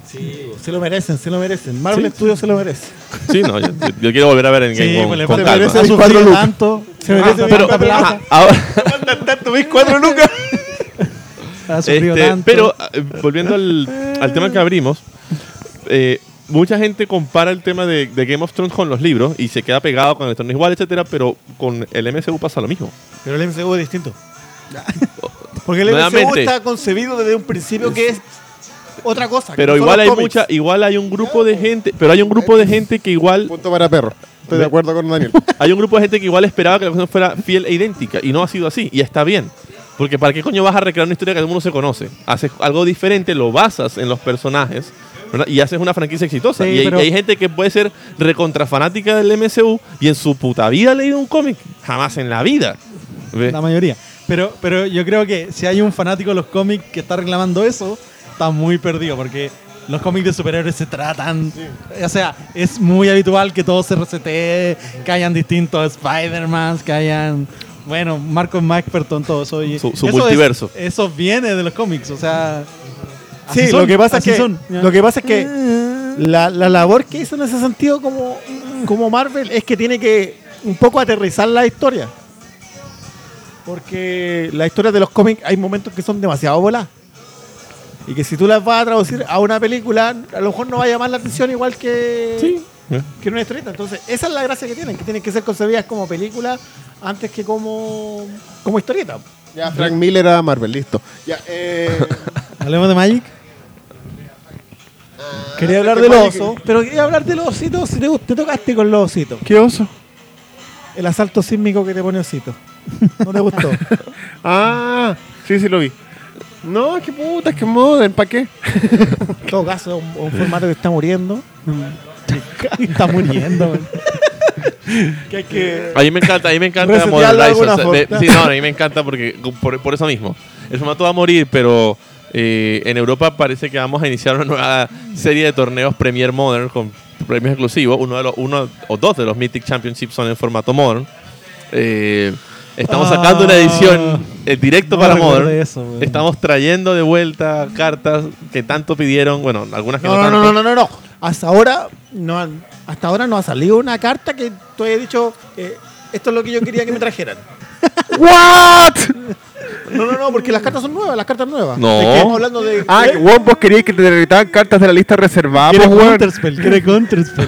D: Sí, se lo merecen, se lo merecen. Marvel Studios se lo merece.
C: (laughs) Sí, no, yo, yo- yo quiero volver a ver en Game
A: Sí,
C: con,
A: pues le
C: con
A: falta-
C: calma.
A: ha
B: merece- mis
A: sufrido
B: cuatro lucas.
A: tanto.
D: Se merece
A: Ah,
D: mis
C: Pero,
D: cuatro
A: tanta (laughs)
D: lucas.
C: ajá, ahora-
D: ¿Tanto mis cuatro lucas?
A: ah, Ha sufrido
C: (laughs) este,
A: tanto.
C: pero eh, volviendo al, al tema que abrimos, eh, mucha gente compara el tema de, de Game of Thrones con los libros y se queda pegado con el tono igual, etcétera, pero con el MCU pasa lo mismo.
D: Pero el MCU es distinto. (laughs) Porque el MCU
C: Nuevamente.
D: está concebido desde un principio que es otra cosa. que
C: Pero
D: no son
C: igual
D: los
C: hay
D: cómics.
C: mucha, igual hay un grupo de gente, pero hay un grupo de gente que igual,
B: Punto para perro. Estoy de acuerdo con Daniel.
C: hay un grupo de gente que igual esperaba que la cosa fuera fiel e idéntica y no ha sido así y está bien. Porque ¿para qué coño vas a recrear una historia que todo el mundo se conoce? Haces algo diferente, lo basas en los personajes ¿verdad? y haces una franquicia exitosa.
A: Sí,
C: y, hay,
A: pero-
C: y hay gente que puede ser recontrafanática del MCU y en su puta vida ha leído un cómic. Jamás en la vida. ¿Ve?
A: La mayoría. Pero, pero yo creo que si hay un fanático de los cómics que está reclamando eso, está muy perdido porque los cómics de superhéroes se tratan. O sea, es muy habitual que todo se resetee, que hayan distintos Spider-Man, que hayan. Bueno, Marco es más experto en todo eso. Y
C: Su-
A: eso
C: su
A: es-
C: multiverso.
A: eso viene de los cómics, o sea. así
D: Sí,
A: son,
D: lo que pasa es
A: así
D: que,
A: son.
D: lo que, pasa es que la, la labor que hizo en ese sentido como, como Marvel es que tiene que un poco aterrizar la historia. Porque las historias de los cómics hay momentos que son demasiado voladas. Y que si tú las vas a traducir a una película, a lo mejor no va a llamar la atención igual que,
C: ¿Ve?
D: que una historieta. Entonces, esa es la gracia que tienen, que tienen que ser concebidas como película antes que como, como historieta.
B: Ya, Frank Miller a Marvel, listo. Ya, eh,
A: Hablemos de Magic.
D: Quería hablar del oso, Este pero quería hablar del osito. Si te, te tocaste con los ositos.
B: (laughs) ¿Qué oso?
D: El asalto sísmico que te pone osito. ¿No te gustó?
B: Ah, sí, sí lo vi. No, es que puta, es que modern, ¿para qué?
D: En todo caso, es un, un formato que está muriendo.
A: (laughs) está muriendo. man.
D: Que hay que.
C: A mí me encanta, a mí me encanta
D: Resetearlo
C: Modern
D: de
C: Rise,
D: alguna
C: o sea, de-
D: forma.
C: sí, no, a mí me encanta porque por, por eso mismo. El formato va a morir, pero eh, en Europa parece que vamos a iniciar una nueva serie de torneos Premier Modern con premios exclusivos. Uno de los uno o dos de los Mythic Championships son en formato Modern. Eh, Estamos
A: Ah.
C: sacando una edición eh, directo
A: No
C: para
A: recuerdo
C: Modern.
A: eso, weón.
C: Estamos trayendo de vuelta cartas que tanto pidieron. Bueno, algunas que no,
D: No, no,
C: tanto.
D: no, no, no, no, no. Hasta ahora no, han- hasta ahora no ha salido una carta que tú hayas dicho, eh, esto es lo que yo quería que me trajeran.
B: (laughs) ¿What?
D: No, no, no, porque las cartas son nuevas, las cartas nuevas.
C: No.
D: Es que estamos hablando de...
B: Ah, que, weón, vos queríais que te derritaran cartas de la lista reservada,
A: Quiere
B: pues, weón.
A: Counterspell, quiere Counterspell.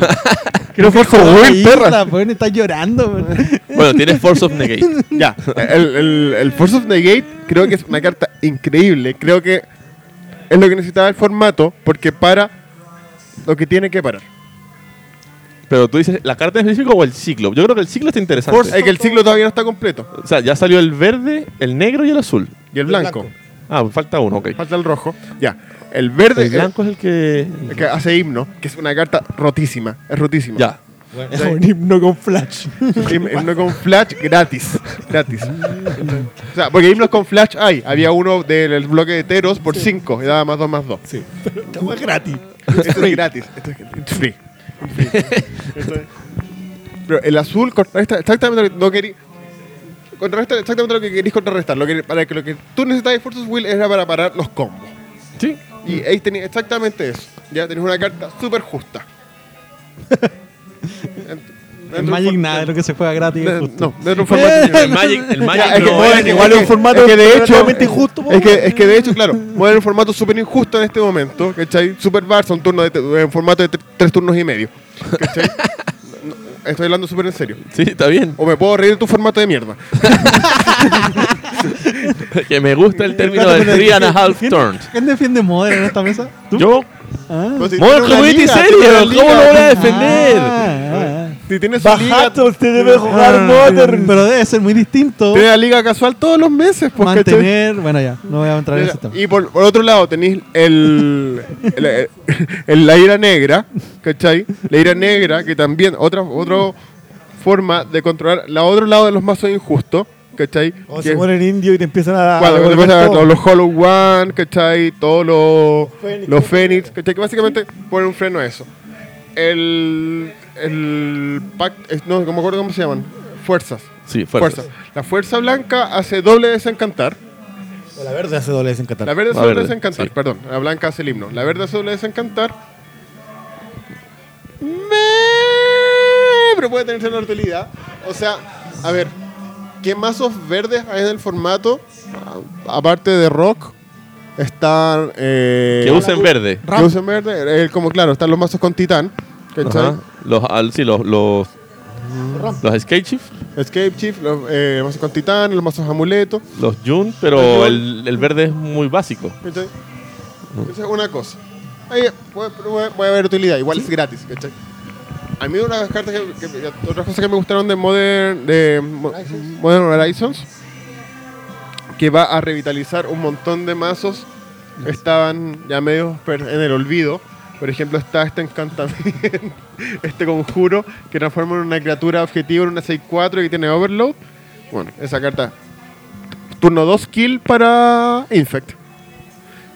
B: Quiero Force of
A: Ay,
B: Will, perra.
A: isla, weón, está llorando, weón.
C: Bueno, tiene Force of Negate.
B: Ya, el, el, el Force of Negate creo que es una carta increíble. Creo que es lo que necesitaba el formato porque para lo que tiene que parar.
C: Pero tú dices, ¿la carta en específico o el ciclo? Yo creo que el ciclo está interesante.
B: Es que el ciclo todavía no está completo.
C: O sea, ya salió el verde, el negro y el azul.
B: Y el blanco.
C: Ah, falta uno, ok.
B: Falta el rojo. Ya, el verde
C: El blanco es el que.
B: el que hace himno, que es una carta rotísima. Es rotísima.
C: Ya.
D: Es un himno con flash.
B: Him- Himno con flash gratis. Gratis. o sea, porque himnos con flash hay. Había uno del bloque de teros por 5 y daba más 2 más 2.
D: Sí, pero esto es gratis.
B: Esto es gratis. Esto es it's free. It's free. Esto es- Pero el azul contrarresta exactamente lo que no querí. Contrarresta exactamente lo que querís contrarrestar. Lo que, para que lo que tú necesitabas de Forces Will era para parar los combos.
C: Sí.
B: Y ahí tenés exactamente eso. Ya tenés una carta súper justa.
A: En Magic nada de lo que se juega gratis. es
B: No,
A: justo.
B: no, no era un (laughs) formato.
C: El Magic, el Magic
B: Ya, es que
C: no
B: Modern
C: es-
B: igual es un formato que de hecho
D: relativamente injusto, po,
B: es que, es que de hecho, (laughs) claro, Modern es un formato súper injusto en este momento, ¿cachai? Super Barça, un turno de te- en formato de tre- tres turnos y medio. (laughs) ¿Cachai? No, no, estoy hablando súper en serio.
C: Sí, está bien.
B: O me puedo reír de tu formato de mierda.
C: Que me gusta
B: Eh,
C: el término de
A: Pero,
C: three and a
A: ¿quién-
C: half
A: quién-
C: turn.
A: ¿Quién defiende Modern en esta mesa? ¿Tú?
C: Yo,
A: Ah.
B: Pues si tiene
C: Modern
B: una
C: Community
B: liga,
C: serio,
B: tiene una
C: ¿cómo
B: liga.
C: lo voy a defender?
A: Ah, ah, ah.
B: Si tienes una liga,
D: Bajato, usted debe jugar Modern.
A: Pero debe ser muy distinto
B: tienes la liga casual todos los meses, pues, ¿cachai?
A: mantener. Bueno, ya, no voy a entrar en ese tema.
B: Y por, por otro lado tenéis el, el, el- la ira negra, ¿cachai? La ira negra, que también otra, otra forma de controlar la otro lado de los mazos injustos, ¿cachai?
D: O
B: Que
D: Oh, se
B: es
D: ponen indio y te empiezan a...
B: cuando
D: a
B: te
D: volver
B: empiezan a-
D: todo.
B: todos los Hollow One, ¿cachai? Todos los-
D: Fénix.
B: los Fénix, ¿cachai? Que básicamente ponen un freno a eso. El, el pact- es- no, no me acuerdo cómo se llaman, fuerzas.
C: Sí, fuerzas.
B: La fuerza blanca hace doble desencantar.
D: O La verde hace doble en Qatar.
B: La verde
C: La
B: solo
C: verde,
B: desencantar,
C: sí.
B: perdón. La blanca hace el himno. La verde solo desencantar. Me- Pero puede tener una utilidad. O sea, a ver, ¿qué mazos verdes hay en el formato? A- Aparte de rock, están. eh,
C: Que usen verde.
B: Que usen verde. eh, como claro, están los mazos con titán. ¿Cachai?
C: Ajá. Los, al- sí, los, los, los Skate Chief,
B: Escape Chief, los eh, mazos con titán, los mazos amuleto.
C: los Jun,
B: Los
C: pero
B: Jun.
C: el, el verde es muy básico.
B: ¿Cachai? Esa es una cosa. Ahí puede, puede- puede haber utilidad, igual es gratis, ¿cachai? A mí una de las cartas que, que- que- otras cosas que me gustaron de Modern de Mo- Modern Horizons que va a revitalizar un montón de mazos estaban ya medio per- en el olvido. Por ejemplo, está este encantamiento, (laughs) este conjuro que transforma en una criatura objetivo en una 6-4 y tiene overload. Bueno, esa carta. Turno 2 kill para Infect.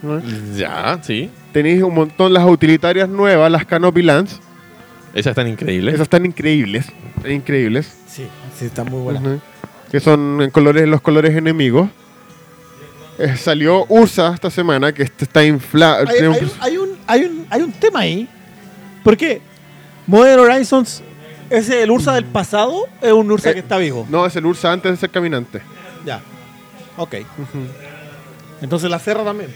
B: ¿No?
C: Ya, sí.
B: Tenéis un montón las utilitarias nuevas, las Canopy Lands.
C: Esas están increíbles.
B: Esas están increíbles. están Increíbles.
D: Sí, sí, está muy buena.
B: Ujú. Que son en colores, los colores enemigos. Eh, salió Ursa esta semana, que este está inflado.
D: hay, hay- hay un, hay, un, hay un tema ahí. Porque Modern Horizons es el Ursa del pasado, es un Ursa
B: Eh,
D: que está vivo.
B: No, es el Ursa antes de ser caminante.
D: Ya. Ok. Entonces la Serra también.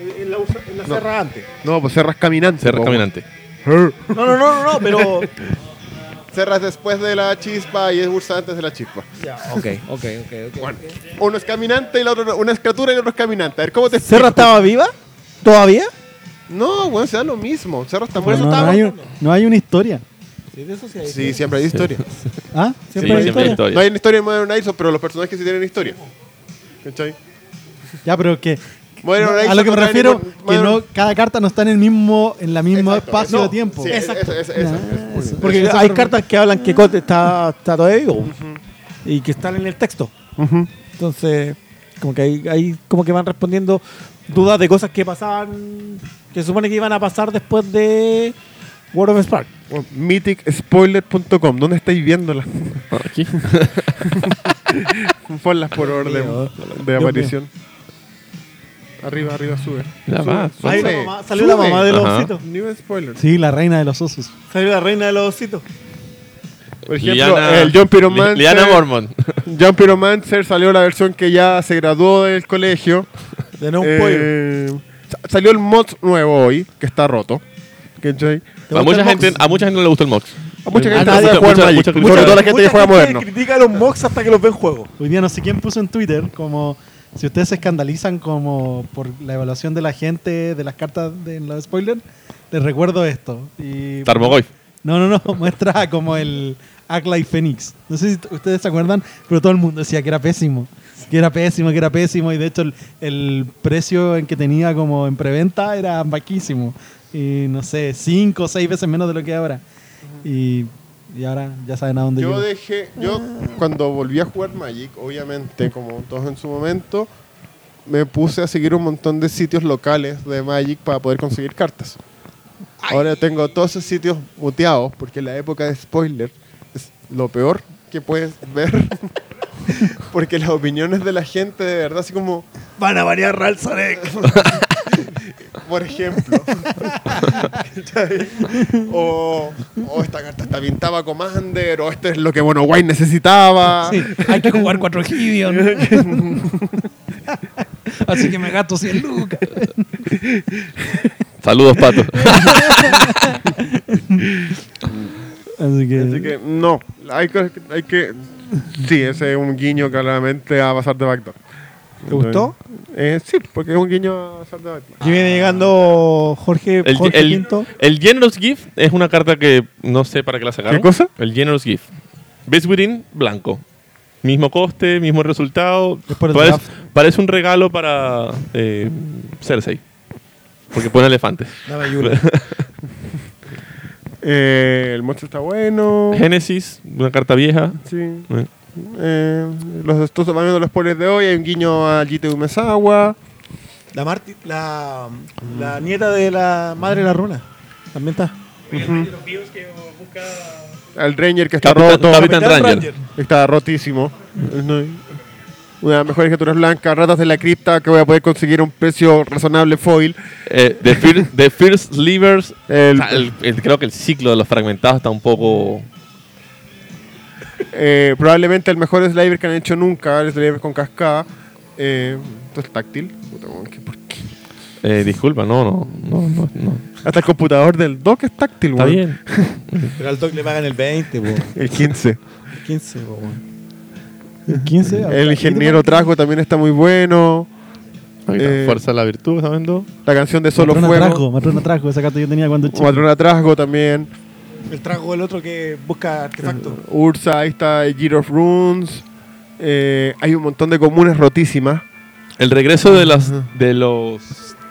D: En Eh, la, Ursa- en la
B: No.
D: Serra antes.
B: No, pues Serras caminante.
C: Cerro
B: po.
C: caminante.
B: Arr.
D: No, no, no, no, no, (laughs) pero.
B: Serra es después de la chispa y es Ursa antes de la chispa.
D: ya, ok, ok, ok. ok.
B: Bueno, uno es caminante y la otra, una es criatura y el otro es caminante. A ver, ¿cómo te explico?
D: ¿Serra estaba viva? ¿Todavía?
B: No, bueno, se da lo mismo. Serra está
D: Por
A: Pero
D: eso
A: no,
B: muerto.
A: no
D: estaba
A: hay, un-
D: contando.
A: no hay una historia.
D: Sí, de eso sí hay.
B: Sí, siempre hay historia.
A: ¿Ah?
C: Sí,
A: ¿Siempre hay
C: siempre
A: historia?
C: hay historia.
B: No hay una historia en Modern Horizons, pero los personajes sí tienen historia. ¿Cachai?
A: Ya, pero que.
B: Modern
A: no, a
B: Horizons
A: lo que
B: no
A: me
B: trae
A: refiero,
B: ningún-
A: que
B: Modern-
A: no, cada carta no está en el mismo, en la misma
B: Exacto,
A: espacio
B: eso.
A: de tiempo.
B: Sí, esa-
D: Exacto.
B: esa- esa-
A: Ah,
B: esa-
A: eso.
D: Porque
A: Eso
D: hay
A: por-
D: cartas que hablan que Cote está, está todavía vivo. Y que están en el texto. Entonces, como que ahí, ahí como que van respondiendo dudas de cosas que pasaban, que se supone que iban a pasar después de World of Spark.
B: Bueno, (laughs) MythicSpoiler.com, ¿dónde estáis viéndola?
C: Ah, Aquí.
B: Ponlas por orden
D: mío.
B: de
D: Dios
B: aparición. Arriba, arriba, sube.
C: Ya va.
D: Ahí la
B: Sube.
D: mamá- salió la mamá de los
C: Ajá.
D: ositos.
B: New spoiler.
A: Sí, la reina de los osos.
D: Salió la reina de los ositos.
B: Por ejemplo, el John
C: Li- Liana
B: Pyromancer.
C: Mormon.
B: John Pyromancer salió la versión que ya se graduó del colegio.
D: De no un pollo.
B: Eh, sa- salió el mod nuevo hoy, que está roto. ¿Cachai?
C: A mucha, gente, a mucha gente no le gustó el Mox.
B: A mucha gente
C: Ah,
B: sabe
C: mucha-
B: jugar
C: mucha-
B: Magic,
C: mucha-
B: sobre
C: mucha-
B: todo la gente que
D: Mucha
B: juega moderno.
D: critica a los mocks hasta que los ven juego.
A: Hoy día no sé quién puso en Twitter como si ustedes se escandalizan como por la evaluación de la gente de las cartas de en los spoilers, les recuerdo esto. Y
C: Tarmogoyf.
A: No, no, (laughs) no, muestra como el Act y Phoenix. No sé si t- ustedes se acuerdan, pero todo el mundo decía que era pésimo. Que era pésimo, que era pésimo. Y de hecho el, el precio en que tenía como en preventa era baquísimo. Y no sé, cinco o seis veces menos de lo que ahora. Y, y ahora ya saben a dónde
B: Yo
A: llego.
B: dejé, yo
D: Ah.
B: cuando volví a jugar Magic, obviamente, como todos en su momento, me puse a seguir un montón de sitios locales de Magic para poder conseguir cartas. Ahora tengo todos esos sitios muteados, porque la época de spoiler es lo peor que puedes ver. (laughs) porque las opiniones de la gente, de verdad, así como,
D: Van a variar Ralzarek.
B: (laughs) por ejemplo. ¿cachai? o, o esta carta está bien estaba Commander, o esto es lo que Bueno White necesitaba.
F: Sí, hay que jugar 4 Gideon. Así que me gasto 100 lucas.
B: (laughs)
C: Saludos, Pato.
A: Así que,
B: Así que no, hay que, hay que- Sí, ese es un guiño claramente a pasar de backdoor.
D: ¿Te gustó?
B: Eh, sí, porque es un guiño a pasar de backdoor.
D: Y viene llegando Jorge,
C: El,
D: Jorge
C: el-
D: Pinto.
C: el Generous Gift es una carta que no sé para qué la sacaron.
B: ¿Qué cosa?
C: El Generous Gift. Best Within, blanco. Mismo coste, mismo resultado.
A: Es por el
C: Parece,
A: draft.
C: parece un regalo para eh, Cersei. Porque pone elefantes. (laughs)
B: Eh, el monstruo está bueno.
C: Genesis, una carta vieja.
B: Sí.
C: Eh,
B: Eh, los estos van viendo los spoilers de hoy. Hay un guiño a GTU Mesawa.
D: La, Marti- la, la nieta de la madre de la runa. También está.
B: Al Ranger que está
C: Capitán-
B: roto.
C: Capitán
D: Capitán
C: Ranger.
D: Ranger.
B: Está rotísimo. No hay- Una de las mejores criaturas blancas, ratas de la cripta, que voy a poder conseguir a un precio razonable foil.
C: Eh, the, Fir- The First Levers.
B: El-
C: o sea, el- el- creo que el ciclo de los fragmentados está un poco.
B: Eh, probablemente el mejor slider que han hecho nunca, el slider con cascada. Eh, esto es táctil. Puta, weón, ¿qué- por qué?
C: eh, disculpa, no, no, no, no. no.
B: Hasta el computador del dock es táctil,
C: Está
B: weón.
C: bien.
D: Pero al Doc le pagan el 20, po.
B: El 15.
D: 15, po.
A: el 15,
B: el ingeniero Trasgo también está muy bueno.
C: Ahí está,
B: Eh,
C: Fuerza de la virtud, ¿saben? dos?
B: La canción de Solo
A: Matrona
B: Fuego.
A: Trajo, Matrona Trajo, esa carta yo tenía cuando chico.
B: Matrona Trasgo también.
D: El trago del otro que busca artefactos.
B: Ursa, ahí está Gear of Runes. Eh, hay un montón de comunes rotísimas.
C: El regreso de, las, de los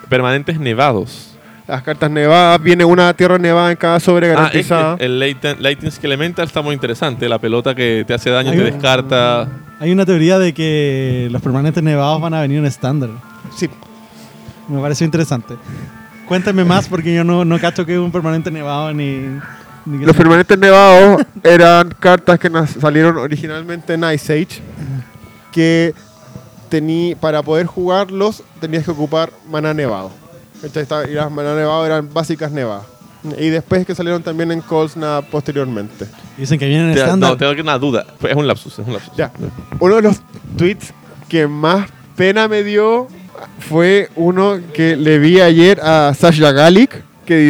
C: permanentes nevados.
B: Las cartas nevadas. Viene una tierra nevada en cada sobre
C: Ah, es-
B: garantizada.
C: es- el latent- Latency Elemental está muy interesante. La pelota que te hace daño,
A: Hay
C: te
A: un-
C: descarta.
A: Hay una teoría de que los permanentes nevados van a venir en estándar.
B: Sí.
A: Me pareció interesante. Cuéntame más porque yo no, no cacho que es un permanente nevado ni... ni que-
B: Los permanentes nevados (laughs) eran cartas que nas- salieron originalmente en Ice Age, que tení, para poder jugarlos tenías que ocupar maná nevado. Entonces, esta- y las maná nevado eran básicas nevadas. Y después que salieron también en Cold Snap posteriormente.
A: Dicen que vienen en
C: Te-
A: estándar.
C: no, tengo que- una duda. Es un lapsus, es un lapsus.
B: Ya, uno de los tweets que más pena me dio fue uno que le vi ayer a Sasha Galik, que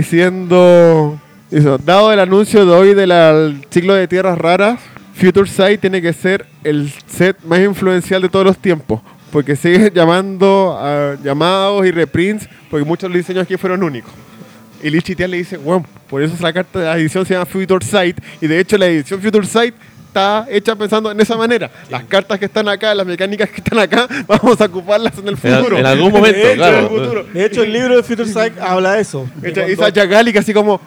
B: diciendo, hizo, dado el anuncio de hoy del al- ciclo de tierras raras, Future Sight tiene que ser el set más influencial de todos los tiempos, porque sigue (laughs) llamando a llamados y reprints, porque muchos de los diseños aquí fueron únicos. Y Lee Chitian le dice, bueno, por eso esa carta de la edición se llama Future Sight. Y de hecho la edición Future Sight está hecha pensando en esa manera. Las cartas que están acá, las mecánicas que están acá, (laughs) vamos a ocuparlas en el
C: En,
B: futuro.
C: en algún (laughs) momento,
B: De hecho, en el
C: claro.
B: futuro.
D: De hecho, el libro de Future Psych habla de eso.
B: Y esa- Esa Yagalik así como,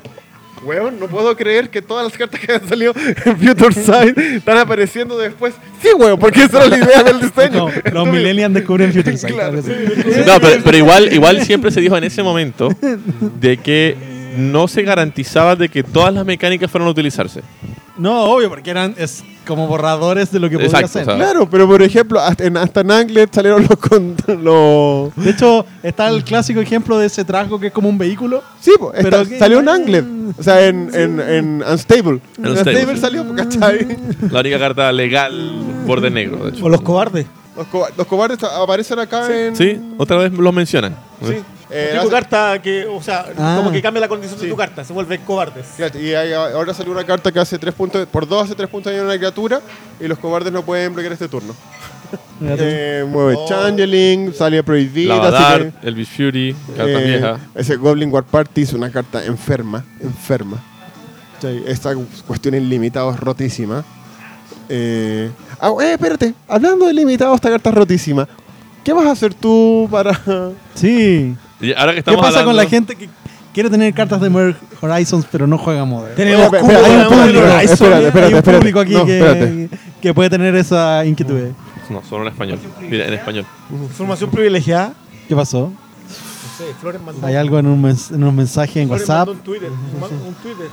B: weón, no puedo creer que todas las cartas que han salido en Future Sight están apareciendo después. Sí, weón, porque esa era la idea del diseño.
A: No,
B: (laughs)
A: los millennials descubren Future Sight.
B: Claro.
A: algo así.
C: No, pero, pero igual, igual siempre se dijo en ese momento de que no se garantizaba de que todas las mecánicas fueran a utilizarse.
A: No, obvio, porque eran es como borradores de lo que podía
C: Exacto,
A: hacer.
C: o sea,
B: Claro, pero por ejemplo, hasta en, hasta en Anglet salieron los, con- (laughs) los...
A: De hecho, está el clásico ejemplo de ese trasgo que es como un vehículo.
B: Sí, po,
A: Pero
B: está-
A: que-
B: salió en Anglet. O sea, en, en, en Unstable. En
C: Unstable,
B: Unstable,
C: sí.
B: salió, po, ¿cachai?
C: La única carta legal, borde negro, de hecho.
D: O los cobardes.
B: Los, coba- los cobardes ta- aparecen acá en...
C: Sí, otra vez los mencionan.
B: Sí. Eh,
D: Tipo
B: hace-
D: carta que, o sea,
A: Ah.
D: como que cambia la condición de
B: Sí.
D: tu carta, se vuelven cobardes.
B: Fíjate, Y hay- ahora salió una carta que hace tres puntos, por dos hace tres puntos daño a una criatura y los cobardes no pueden bloquear este turno.
A: Mira tú.
B: Eh, mueve Changeling, sale Prohibida, así
C: Lavadar, Elvis Fury,
B: que,
C: carta
B: eh,
C: vieja.
B: Ese Goblin War Party es una carta enferma, enferma. ¿Cachai? Esta cuestión ilimitada es rotísima. Eh, ah, eh, espérate, hablando de limitado, esta carta es rotísima. ¿Qué vas a hacer tú para...? (laughs)
A: Sí.
C: Y ahora que
A: ¿Qué
C: estamos
A: pasa con
C: hablando-
A: la gente que quiere tener cartas de Modern Horizons pero no juega Modern?
D: Tenemos
B: Espera,
D: cubo
B: espera,
D: de
B: hay un
D: Modern
B: público,
D: Horizon.
B: espérate, espérate,
A: Hay un
B: espérate.
A: público aquí
B: No,
A: que,
B: espérate.
A: que puede tener esa inquietud.
C: No, solo en español. Mira, en español.
D: Información privilegiada.
A: ¿Qué pasó?
D: No sé, Flores mandó.
A: ¿Hay algo en un, mens- en un mensaje en
D: Flores
A: WhatsApp?
D: mandó un Twitter. un ma- Un Twitter.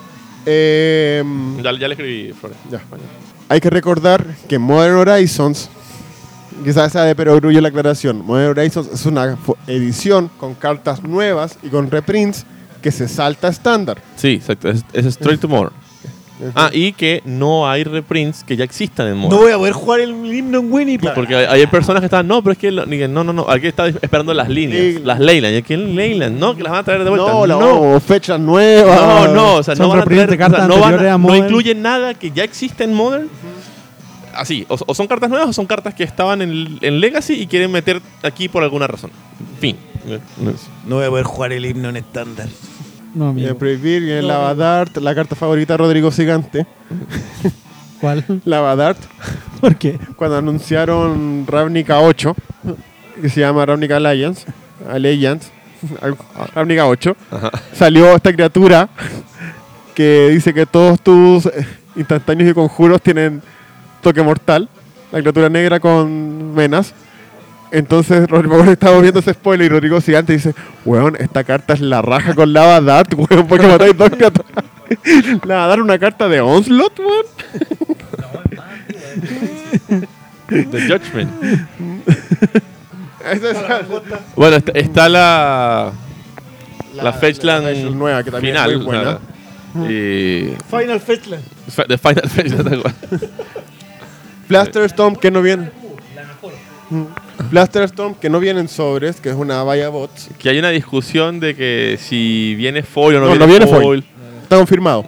B: Eh,
C: Ya, ya le escribí, Flores.
B: Ya. Hay que recordar que Modern Horizons, quizás sea de perogrullo la aclaración, Modern Horizons es una fo- edición con cartas nuevas y con reprints que se salta estándar.
C: Sí, exacto. Es, es Straight to More. Ah, y que no hay reprints que ya existan en More.
D: No voy a poder jugar el himno en Winnie. pa.
C: Porque hay, hay personas que están, no, pero es que lo- ni que- no, no, no, aquí está esperando las líneas,
B: Sí.
C: las Leyland, y aquí en Leyland, no, que las van a traer de vuelta.
B: No, la-
C: no,
B: o fechas nuevas.
C: no, no, o sea,
A: Son
C: no van a
A: reprints
C: traer,
A: de
C: o sea,
A: cartas
C: no, van a-
A: anteriores a
C: no
A: Modern.
C: incluyen nada que ya existe en Modern. Así, o, o son cartas nuevas o son cartas que estaban en, en Legacy y quieren meter aquí por alguna razón. Fin.
D: No voy a poder jugar el himno en estándar.
A: No,
C: Eh,
B: Viene
A: amigo.
B: Prohibir, viene Lavadart, la carta favorita de Rodrigo Gigante.
A: ¿Cuál? (laughs)
B: Lavadart,
A: ¿Por qué?
B: cuando anunciaron Ravnica 8, que se llama Ravnica Alliance, Alliance, (laughs) al- Ravnica 8, salió esta criatura (laughs) que dice que todos tus eh, instantáneos y conjuros tienen toque mortal, la criatura negra con venas. Entonces, Rodrigo (laughs) Pablo estaba viendo ese spoiler y Rodrigo Gigante dice, weón, esta carta es la raja con lava dart, (laughs) weón, porque matáis dos criaturas. (laughs) ¿La va a dar una carta de onslaught, weón? (laughs)
C: The Judgment.
B: Esa es la-
C: (laughs) Bueno, est- está la. La, Fetchland
B: Fetchland nueva, que también es
C: final,
B: muy buena.
C: nada. Y.
D: Final Fetchland.
C: fe- The Final Fetchland, tal cual.
B: Blaster Storm que no viene. Mm. Blaster Storm que no vienen sobres, que es una valla bots.
C: Que hay una discusión de que si viene foil o no,
B: No, no viene foil. Está confirmado.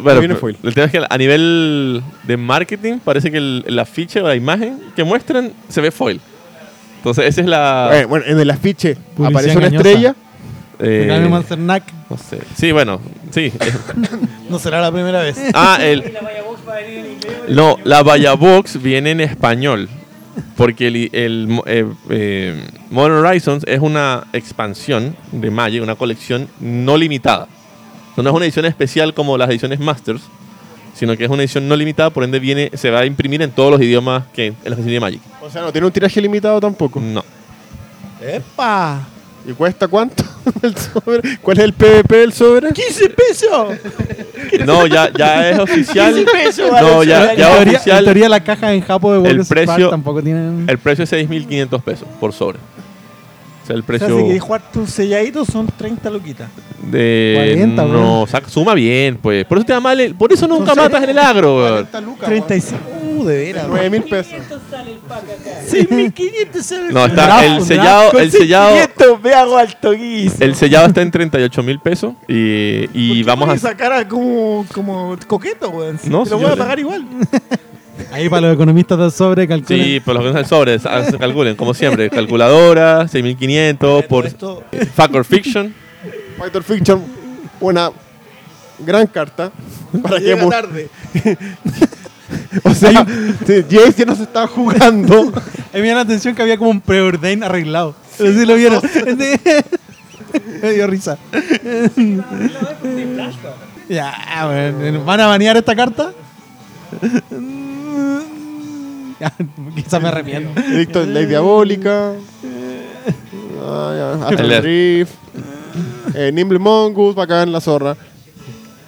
C: Bueno,
B: No viene
C: pero
B: foil.
C: El tema es que a nivel de marketing parece que el, el afiche o la imagen que muestran se ve foil. Entonces esa es la...
B: Eh, bueno, en el afiche
A: Publicidad
B: aparece una
A: engañosa.
B: estrella.
C: eh,
A: Dame Manzernac.
C: no sé. Sí, bueno. Sí.
D: No será la primera vez.
C: ah, el... No, la Vaya Box viene en español. Porque el, el mo- eh, eh, Modern Horizons es una expansión de Magic, una colección no limitada. O sea, No es una edición especial como las ediciones Masters, sino que es una edición no limitada, por ende viene, se va a imprimir en todos los idiomas que en la oficina de Magic.
B: O sea, no tiene un tiraje limitado tampoco.
C: No.
D: ¡Epa!
B: ¿Y cuesta cuánto? (laughs) el sobre? ¿Cuál es el PvP del sobre?
D: ¡15 pesos!
C: No, ya, ya es oficial.
D: 15 pesos,
C: No,
D: vale,
C: ya, ya
D: chaval.
A: en,
C: es
A: teoría, en
C: oficial.
A: teoría la caja en Japo de World
C: precio-
A: tampoco tiene...
C: El precio es 6.500 pesos por sobre. O sea, el
D: O sea,
C: precio...
D: si querés jugarte un selladito, son 30 luquitas.
C: De
A: 40,
C: no,
A: weón.
C: saca- suma bien, pues. Por eso te da mal, el- por eso nunca matas en el agro, weón.
D: 35. Uh, de veras.
B: 9 mil pesos.
D: 6500 sale
C: No, está el sellado, el sellado,
D: 500 me hago alto guis.
C: el sellado está en 38 mil pesos y, y vamos a
D: esa cara como, como coqueto, weón.
C: No,
D: Te lo voy a
C: señores.
D: pagar igual.
A: Ahí para los economistas del sobre calculan.
C: Sí, por los que no saben sobre, sa- calculen, como siempre, calculadora, 6500 por
D: Esto-
C: Factor Fiction.
B: Factor Fiction, una gran carta. Para que
D: Llega
B: mu-
D: tarde.
B: (laughs) O sea, sí, Jace ya nos está jugando.
A: Ahí me dio la atención que había como un preorden arreglado. No sé si lo
C: (laughs)
A: vieron. (laughs) me dio risa. (laughs) ya, bueno, ¿van a banear esta carta? (laughs) ya, quizá me arrepiento.
B: Edicto de Ley Diabólica. Ah, ya. Astral
C: Alert.
B: Drift. Eh, Nimble Mongoose, bacán la zorra.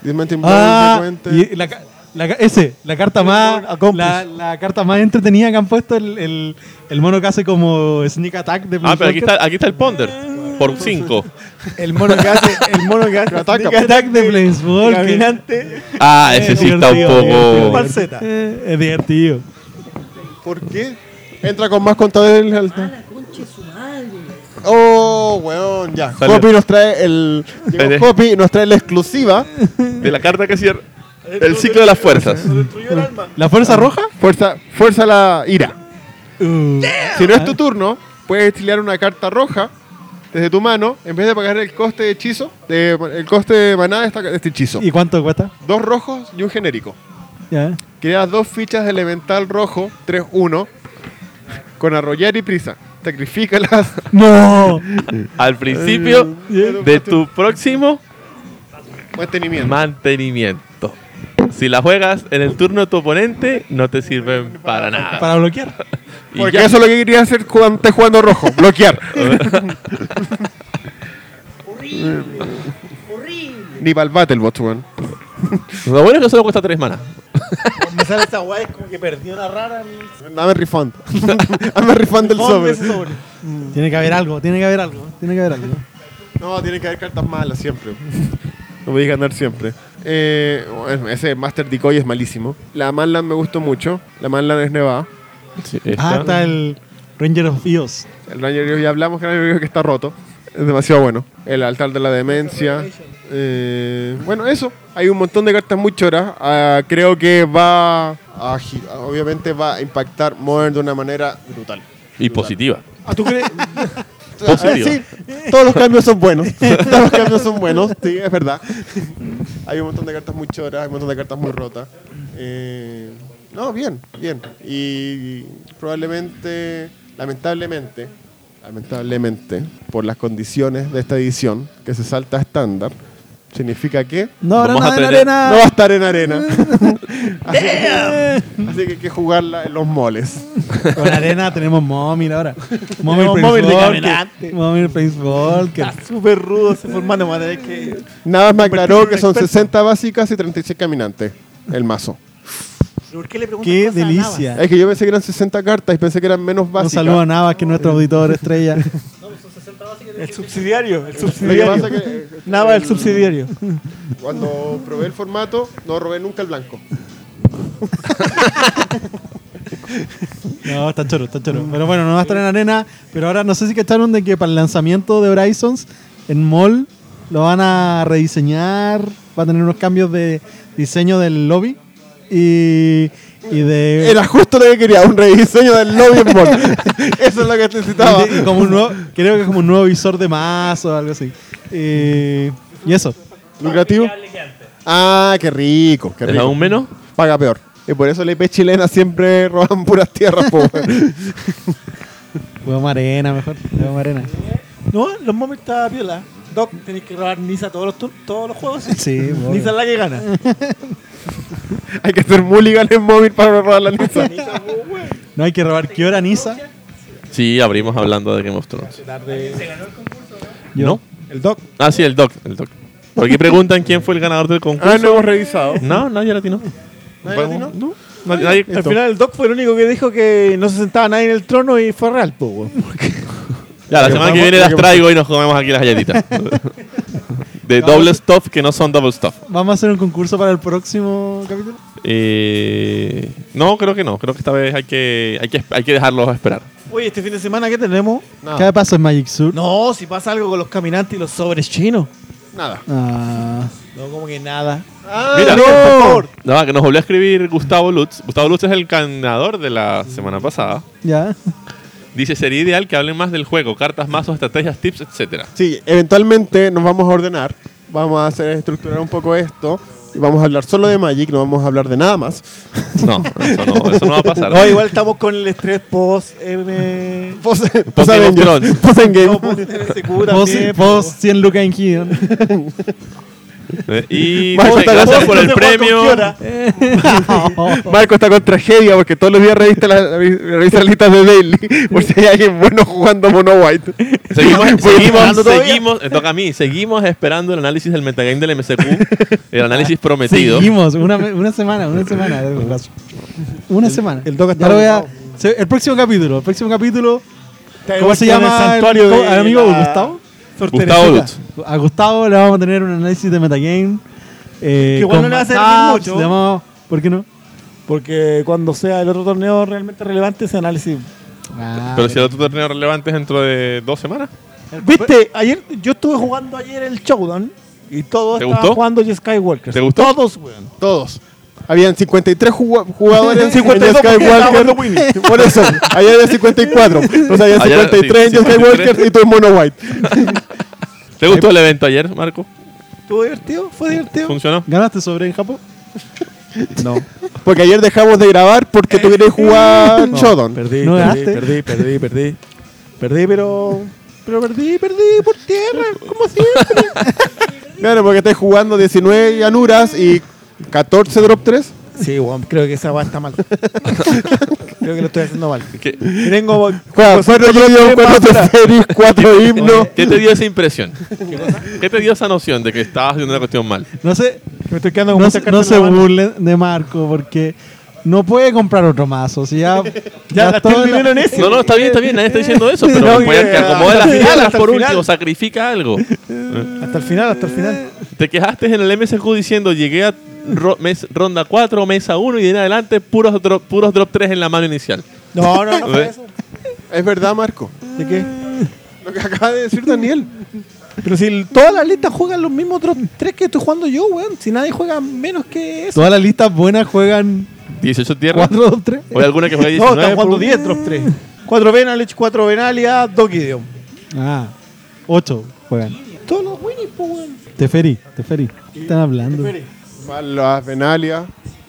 B: Dismantling
A: Ah,
B: Mongoose, frecuente.
A: y la ca- La, ca- ese, la carta
D: El
A: más.
D: mono accomplish.
A: La, la carta más entretenida que han puesto el, el, el mono que hace como sneak attack de
C: Ah, pero aquí
A: Planeswalker.
C: está, aquí está el ponder. Por 5.
D: El mono que hace, el mono que hace,
B: ataca.
D: sneak attack
A: de Planeswalker.
D: caminante,
C: Ah, ese sí está un
A: Divertido, divertido.
C: poco.
D: Falseta.
A: Eh, es divertido.
B: ¿Por qué? Entra con más contadores
G: Ah,
B: alta.
G: la concha de su madre.
B: Oh, weón, ya.
C: Sale.
B: Copy nos trae el.
C: Sale.
B: Llegó Copy y nos trae la exclusiva.
C: De la carta que cierra. El ciclo de las fuerzas.
A: ¿La fuerza roja?
B: Fuerza, fuerza la ira.
A: Uh,
B: Si no es tu turno, puedes tirar una carta roja desde tu mano en vez de pagar el coste de hechizo, de- el coste de manada de, esta- de este hechizo.
A: ¿Y cuánto cuesta?
B: Dos rojos y un genérico.
A: Ya.
B: Creas dos fichas de elemental rojo, 3-1, con arrollar y prisa. Sacrifícalas.
A: ¡No!
C: Al principio de tu próximo
B: (laughs) mantenimiento.
C: mantenimiento. Si la juegas en el turno de tu oponente, no te sirven para nada.
A: Para bloquear.
C: Y
B: Porque
C: ya.
B: eso es lo que quería hacer cuando esté jugando rojo, bloquear.
G: Horrible. Horrible.
B: Ni para el Battlebot, weón.
C: Lo bueno es que solo cuesta 3 manas.
D: Me sale esta guay como que perdió una rara. en el-
B: Dame (laughs) refund. Dame refund del
D: Ponme
B: sobre.
D: ese sobre. Mm.
A: Tiene que haber algo, tiene que haber algo, tiene que haber algo.
B: No, tiene que haber cartas malas siempre. No podéis ganar siempre. Eh, bueno, ese Master Decoy es malísimo. La Manland me gustó mucho. La Manland es nevada.
A: Ah, está el Ranger of Eos.
B: El Ranger Río ya hablamos que el Ranger Río que está roto. Es demasiado bueno. El altar de la demencia. Eh, bueno, eso. Hay un montón de cartas muy choras. Ah, creo que va a, gi- obviamente va a impactar Modern de una manera brutal.
C: Y positiva.
B: Ah, ¿tú crees?
C: Positivo.
B: Ah, Sí, todos los cambios son buenos. todos los cambios son buenos, sí, es verdad. Hay un montón de cartas muy choras, hay un montón de cartas muy rotas. Eh, no, bien, bien. Y probablemente, lamentablemente, lamentablemente, por las condiciones de esta edición, que se salta a estándar, significa que
A: No habrá
C: Vamos a
A: nada en
C: tener-
A: arena.
B: no va a estar en arena. así, que, así que hay que jugarla en los moles.
A: Con arena tenemos Momir
D: (laughs)
A: ahora. Momir
D: Tenemos Momir de caminante.
A: Planeswalker. Momir Planeswalker.
D: Está súper rudo ese formato, más de que.
B: Nada más me aclaró que son
D: Experto.
B: 60 básicas y 36 caminantes. El mazo.
D: ¿Por qué le preguntan
A: Qué
D: cosas a Navas?
A: delicia.
B: Es que yo pensé que eran 60 cartas y pensé que eran menos
A: Un
B: básicas.
A: saludo a Navas, que es nuestro auditor estrella.
D: (laughs) El subsidiario,
B: Lo
D: el
B: que pasa
D: subsidiario.
B: es que eh,
D: Nava, el subsidiario.
B: cuando probé el formato, no robé nunca el blanco.
A: No, está choro, está choro. Pero bueno, no va a estar en arena. Pero ahora no sé si cacharon de que para el lanzamiento de Horizons en Mall lo van a rediseñar. Va a tener unos cambios de diseño del lobby. Y, y de.
B: Era justo lo que quería, un rediseño del lobby
A: (laughs)
B: en mall. Eso es lo que necesitaba.
A: Y como un nuevo, creo que es como un nuevo visor de más o algo así. Eh, y eso.
B: ¿Lucrativo? Ah, qué rico, qué
C: ¿Es aún
B: rico.
C: menos?
B: Paga peor. Y por eso la IP chilena siempre roban puras tierras, po,
A: (laughs)
B: weón.
A: Juguemos arena mejor. Juguemos arena.
D: (laughs) No, los momentos está piola. Doc, tenéis que robar Nisa todos los, tur- todos los juegos. (laughs)
A: Sí, obvio.
D: Nisa es la que gana.
B: Hay que hacer mulligan en móvil para robar la Nisa.
A: No hay que robar. ¿Qué hora Nisa?
C: Sí, abrimos hablando de Game of Thrones.
A: Yo.
C: ¿No?
D: El Doc.
C: Ah, sí, el doc. El doc. Por aquí preguntan quién fue el ganador del concurso.
B: Ah, no hemos revisado.
C: No, nadie latino.
B: ¿Nadie atinó?
C: No, nadie- nadie-
D: Al final el Doc fue el único que dijo que no se sentaba nadie en el trono y fue real, po, weón.
C: Ya, la
B: Pero
C: semana que
B: vamos-
C: viene las
B: porque-
C: traigo y nos comemos aquí las galletitas. De doble stuff que no son double stuff.
A: ¿Vamos a hacer un concurso para el próximo capítulo?
C: Eh, no, creo que no. Creo que esta vez hay que, hay que, hay que dejarlos esperar.
D: (laughs) Oye, este fin de semana, ¿qué tenemos?
B: Ah.
A: ¿Qué pasa en Magic Sur?
D: No, si pasa algo con los caminantes y los sobres chinos.
B: Nada.
A: Ah,
D: No, como que (laughs) nada.
C: Mira,
B: no.
C: por favor. No, que nos volvió a escribir Gustavo Lutz. Gustavo Lutz es el ganador de la semana pasada.
A: ya.
C: Dice, sería ideal que hablen más del juego, cartas, mazos, estrategias, tips, etcétera.
B: Sí, eventualmente nos vamos a ordenar, vamos a hacer estructurar un poco esto y vamos a hablar solo de Magic, no vamos a hablar de nada más.
C: No, eso no, eso no va a pasar.
D: (laughs) No, igual estamos con el estrés post M.
B: Pos pos
C: Game of
B: Avengers,
C: Thrones.
B: pos Endgame.
D: No, post NSQ
A: Post,
D: también.
C: (laughs)
D: po.
A: post 100 lucas en Gideon.
C: Eh, Y
B: Marco está
C: muchas gracias
B: con-
C: por el
B: Marco está con
C: premio.
B: Fiora. Marco está con tragedia porque todos los días revista la- la- revisa las listas de Daily (laughs) por si hay alguien bueno jugando Mono White. (laughs) Pues,
C: Seguimos,
B: Voy
C: seguimos,
B: esperando todavía.
C: seguimos, me toca a mí, seguimos esperando el análisis del metagame del MCQ, el análisis prometido.
A: Seguimos, una, una semana, una semana. de verdad. Una semana.
D: el Doc está
A: Ya lo voy a-
D: ocupado.
A: se- el próximo capítulo, el próximo capítulo.
D: ¿Cómo se llama el santuario de
A: co- amigo
D: la-
A: Gustavo? Sor
C: Gustavo
A: Teresita. A Gustavo le vamos a tener un análisis de metagame. eh,
D: Que
A: con
D: igual no le va a servir
A: matchups,
D: mucho.
A: le vamos- ¿Por qué no?
D: Porque cuando sea el otro torneo realmente relevante, ese análisis.
C: Pero si el otro torneo relevante es dentro de dos semanas.
D: Viste, ayer yo estuve jugando ayer el Showdown y todos
C: ¿Te
D: estaban
C: gustó?
D: jugando y Skywalker.
C: ¿Te gustó?
D: Todos, weón.
B: Todos. Habían 53 jugu- jugadores en
D: 52 porque estaba jugando
B: Skywalker. (laughs) Por eso, allá había 54. O sea, había
C: Allá,
B: 53
C: sí,
B: en Jazz
C: 53.
B: Skywalker y tú en Mono White.
C: ¿Te gustó el evento ayer, Marco?
D: ¿Estuvo divertido? ¿Fue divertido?
C: ¿Funcionó?
A: ¿Ganaste sobre en Japón?
D: (laughs)
A: No.
B: Porque ayer dejamos de grabar porque tú querías jugar Shodown.
D: Perdí,
A: ¿No
D: perdí,
A: ganaste?
D: perdí, perdí, perdí. Perdí, pero. Pero perdí, perdí por tierra, como siempre.
B: Claro, porque estás jugando 19 llanuras y 14 drop 3.
D: sí, weón, creo que esa weá está (laughs) mal. creo que lo estoy haciendo mal.
C: ¿Qué,
D: Tengo.
B: Juega 4 yoyos, 4 teferis,
A: (laughs)
B: 4 himnos.
C: qué te dio esa impresión? ¿Qué te dio esa noción de que estabas haciendo una cuestión mal?
A: No sé,
D: Me estoy quedando con
A: no, se-
D: muchas cartas
A: no
D: en
A: se
D: la mano.
A: burlen de Marco porque no puede comprar otro mazo. Si ya,
D: (laughs) Ya gasté el
A: todo la-
D: dinero en ese.
C: No, no, está bien, está bien, nadie está diciendo eso, pero
D: No,
C: puede
D: que-
C: que acomode
D: hasta
C: las
D: el final,
C: filas
D: hasta
C: por
D: el final.
C: último, sacrifica algo.
D: Hasta el final, hasta el final.
C: Te quejaste en el MSQ diciendo, llegué a ro- mes- ronda 4, mesa 1 y de en adelante puros drop, puros drop 3 en la mano inicial.
D: No, no, no fue eso.
B: Es verdad, Marco.
D: ¿De qué?
B: Lo que acaba de decir Daniel.
D: Pero si el- todas las listas juegan los mismos otros tres que estoy jugando yo, weón. Si nadie juega menos que eso.
A: Todas las listas buenas juegan
C: 18 tierras.
A: 4, 2, 3.
C: ¿O hay alguna que juegue
D: (laughs) No,
C: 19?
D: están jugando 10 drop (laughs) 3. 4 Benalich, 4 Benalia, 2 Gideon.
A: Ah, 8 juegan.
D: Todos los Winnie, po, weón.
A: Teferi, Teferi. ¿Qué están hablando? (laughs)
B: Más las Venalia,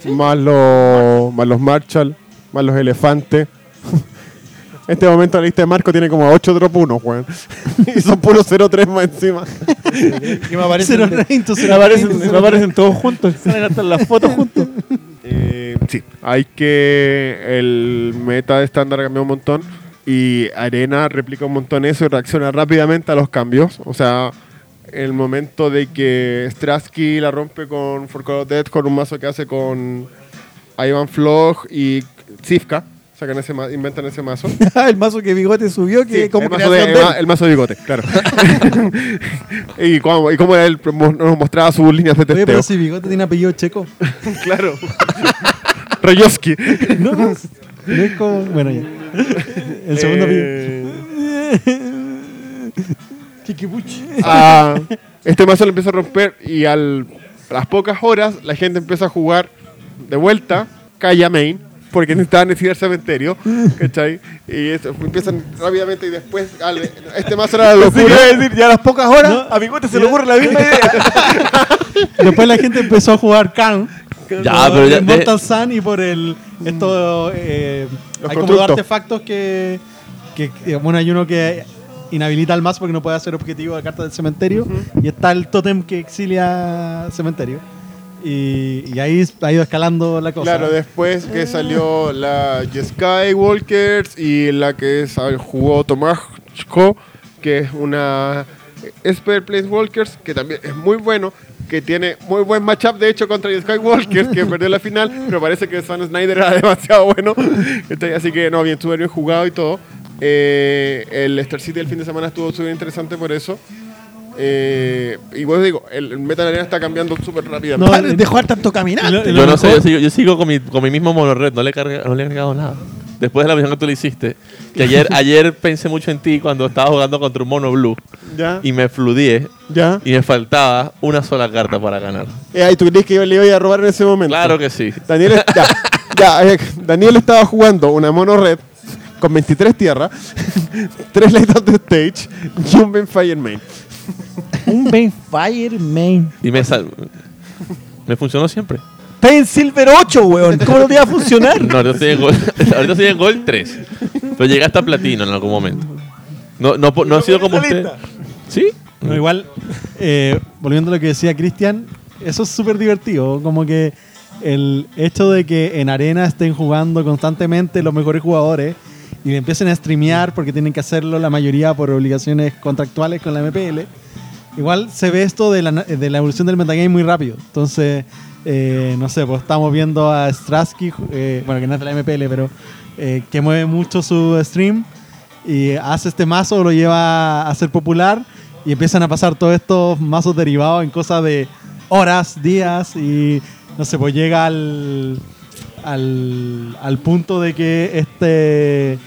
B: más, los, más los Marshall, más los Elefantes. (laughs) En este momento la lista de Marco tiene como 8 drop 1, weón. (laughs) y son puros 0-3 más encima.
D: Y me aparecen,
A: Cero reto,
D: me
A: cero
D: aparecen,
A: reto,
D: me
A: cero
D: aparecen todos juntos. Salen hasta las fotos juntos.
B: Eh, sí, hay que. El meta de estándar cambió un montón. Y Arena replica un montón eso y reacciona rápidamente a los cambios. O sea, el momento de que Strasky la rompe con For Call of Death, con un mazo que hace con Ivan Flog y Zivka. Sacan ese ma- inventan ese mazo.
D: (laughs) el mazo que Bigote subió, que
B: Sí,
D: como
B: el, mazo de,
D: creación
B: el
D: de él.
B: ma- el mazo de bigote, claro. y como y cómo él mo- nos mostraba sus líneas de
A: Oye,
B: testeo.
A: pero si Bigote tiene apellido
D: (laughs)
A: checo.
B: (laughs) Claro. Rayoski.
A: No, no es no es como. Bueno,
D: (laughs)
A: ya. El
D: Eh,
A: segundo apellido.
B: Ah, este mazo lo empieza a romper y al, a las pocas horas la gente empieza a jugar de vuelta Calla Main porque necesitaban decidir
A: (laughs)
B: el cementerio, ¿cachai? Y eso, empiezan rápidamente y después al- este mazo era la locura.
D: decir, ya a las pocas horas, a Bigote se le ocurre la misma idea.
A: (laughs) Después la gente empezó a jugar Khan.
C: Ya,
A: por
C: pero ya-
A: el Mortal Sun y por el.
D: Mm.
A: Esto. eh,
B: Los
A: hay como dos
B: constructos.
A: artefactos que, que- que- Bueno, hay uno que inhabilita al mazo porque no puede hacer objetivo de carta del cementerio. Y está el tótem que exilia cementerio. Y, y ahí ha ido escalando la cosa.
B: Claro, después que salió la Skywalkers y la que sa- jugó Tomaszko, que es una Esper Place Walkers, que también es muy bueno, que tiene muy buen matchup, de hecho, contra Skywalkers, que perdió la final, pero parece que San Snyder era (laughs) demasiado bueno. Entonces, así que, no, bien, estuvo bien jugado y todo. Eh, el Star City el fin de semana estuvo súper interesante por eso. Eh, y bueno, digo, el Metal Arena está cambiando súper rápidamente.
A: No,
D: (laughs) de jugar tanto
B: (laughs)
D: caminar.
A: Lo-
C: Yo no sé, yo sigo, yo sigo con, mi, con mi mismo monorred, no le, he carga- no le he cargado nada. Después de la visión que tú le hiciste,
B: (laughs)
C: que ayer, ayer pensé mucho en ti cuando estaba jugando contra un mono blue
B: Ya.
C: y me fludié
B: Ya.
C: y me faltaba una sola carta para ganar.
B: Eh, ay, tú crees que yo le iba a robar en ese momento.
C: Claro que sí.
B: Daniel, es- ya, ya, eh, Daniel estaba jugando una mono red con 23 tierras, (laughs) 3 light on the stage y un Ben Fire Main.
D: Un Benfire Main.
C: Y me sal- Me funcionó siempre.
D: Pain Silver
A: (laughs)
D: 8, weón. ¿Cómo no te iba a funcionar?
C: No, ahorita estoy en gol, (laughs) ahorita estoy en gol 3. Pero llegué hasta platino en algún momento. No, no, po- no ha sido como usted. ¿Sí?
A: No, igual, eh, volviendo a lo que decía Cristian, eso es súper divertido. Como que el hecho de que en arena estén jugando constantemente los mejores jugadores y empiecen a streamear porque tienen que hacerlo la mayoría por obligaciones contractuales con la MPL. Igual se ve esto de la, de la evolución del metagame muy rápido. Entonces, eh, no sé, pues estamos viendo a Strasky, eh, bueno, que no es de la MPL, pero eh, que mueve mucho su stream y hace este mazo, lo lleva a ser popular y empiezan a pasar todos estos mazos derivados en cosas de horas, días y no sé, pues llega al, al, al punto de que este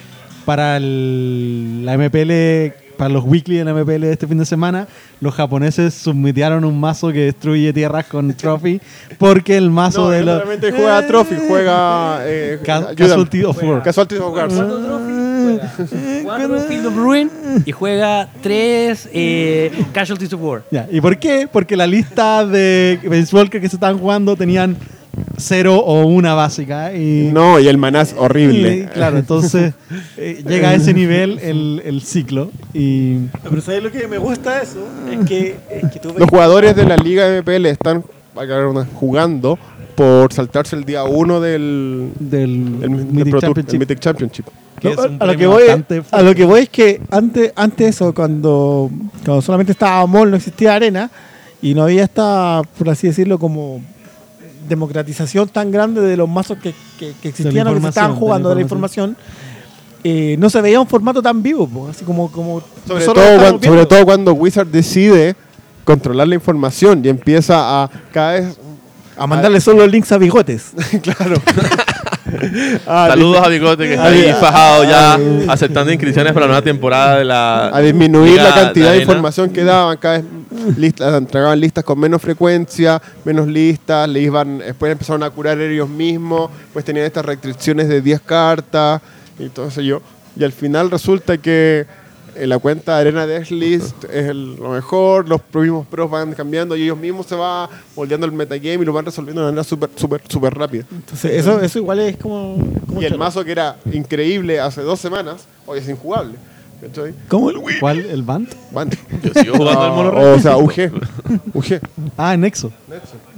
A: para el- la MPL, para los weekly de la MPL de este fin de semana, los japoneses submitearon un mazo que destruye tierras con Trophy porque el mazo
B: No,
A: de
B: no
A: los...
B: solamente juega
A: Eh,
B: Trophy, juega. Eh,
A: Ca-
B: ayúdame.
A: Casualty of War.
B: Casualty of War.
H: Cuatro trophies, juega cuatro Field of Ruin y juega tres eh, Casualties of War.
A: Ya, ¿Y por qué? Porque la lista de baseball que se estaban jugando tenían cero o una básica. ¿eh? Y,
B: No, y el manás horrible.
A: y, claro, entonces eh, llega a ese nivel el, el ciclo. Y
D: Pero ¿sabes lo que me gusta de eso? Es que, es que tú ves-
B: Los jugadores de la Liga MPL están acá, jugando por saltarse el día 1 del,
A: del
B: del
A: Mythic
B: Pro Tour-
A: Championship,
B: el Mythic Championship.
A: (laughs) que es
D: No,
A: un
D: a, lo
A: premio
D: que voy,
A: bastante
D: a
A: fuerte.
D: lo que voy es que antes, antes eso, cuando, cuando solamente estaba mall, no existía arena y no había esta, por así decirlo, como democratización tan grande de los mazos que, que- que existían o que
A: información,
D: se estaban
A: de la
D: jugando de la información. eh, no se veía un formato tan vivo, po, así como, como
B: Sobre
D: nosotros
B: todo,
D: estamos
B: cuando, sobre
D: viendo.
B: todo cuando Wizard decide controlar la información y empieza a cada vez.
D: a mandarle solo links
A: (laughs)
D: a bigotes.
B: claro. a,
C: Saludos a Bigote que está
B: Ay,
C: ahí
B: ay,
C: fajado ya
B: ay.
C: aceptando inscripciones para la nueva temporada de la.
B: a disminuir
C: Liga
B: la cantidad de
C: Arena.
B: información que daban. Cada vez listas, entregaban listas con menos frecuencia, menos listas, le iban, después empezaron a curar ellos mismos, pues tenían estas restricciones de 10 cartas y todo eso yo. Y al final resulta que eh, la cuenta de Arena Deathlist es el- lo mejor, los mismos pros van cambiando y ellos mismos se va moldeando el metagame y lo van resolviendo de manera súper, súper, súper rápida.
D: Entonces, eso, eso igual es como. como
B: Y el
D: choro.
B: mazo que era increíble hace dos semanas, hoy es injugable. ¿Cachai?
D: ¿Cómo el
A: ¿Cuál? ¿El Band?
B: (laughs) Bueno.
C: Yo sigo jugando al mono
B: O sea, UG.
C: (laughs)
B: UG.
A: Ah, Nexo.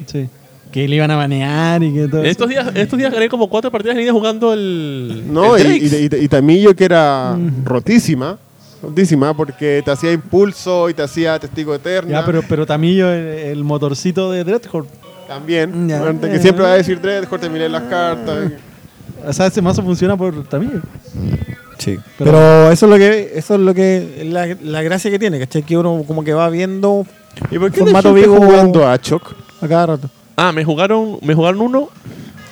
A: Sí. Que le iban a banear y que todo. eso.
C: Estos días, estos días gané como cuatro partidas en línea jugando el.
B: No, y,
C: el
B: y,
C: Drakes.
B: y- y Tamillo que era
A: Mm.
B: rotísima. Rotísima porque te hacía impulso y te hacía testigo eterno.
A: Ya, pero, pero Tamillo, el, el motorcito de Dreadhorde.
B: También.
A: Mm, Ya. Mm.
B: Bueno, Que siempre va a decir Dread, Jorge Milé las cartas.
A: O sea, ese mazo funciona por Tamillo.
D: Sí. Pero, eso es lo que eso es lo que la, la gracia que tiene, ¿cachai? Que uno como que va viendo
B: ¿Y por
D: qué te fuiste jugando
B: jugando a Choc?
D: a cada rato.
C: Ah, me jugaron, me jugaron uno.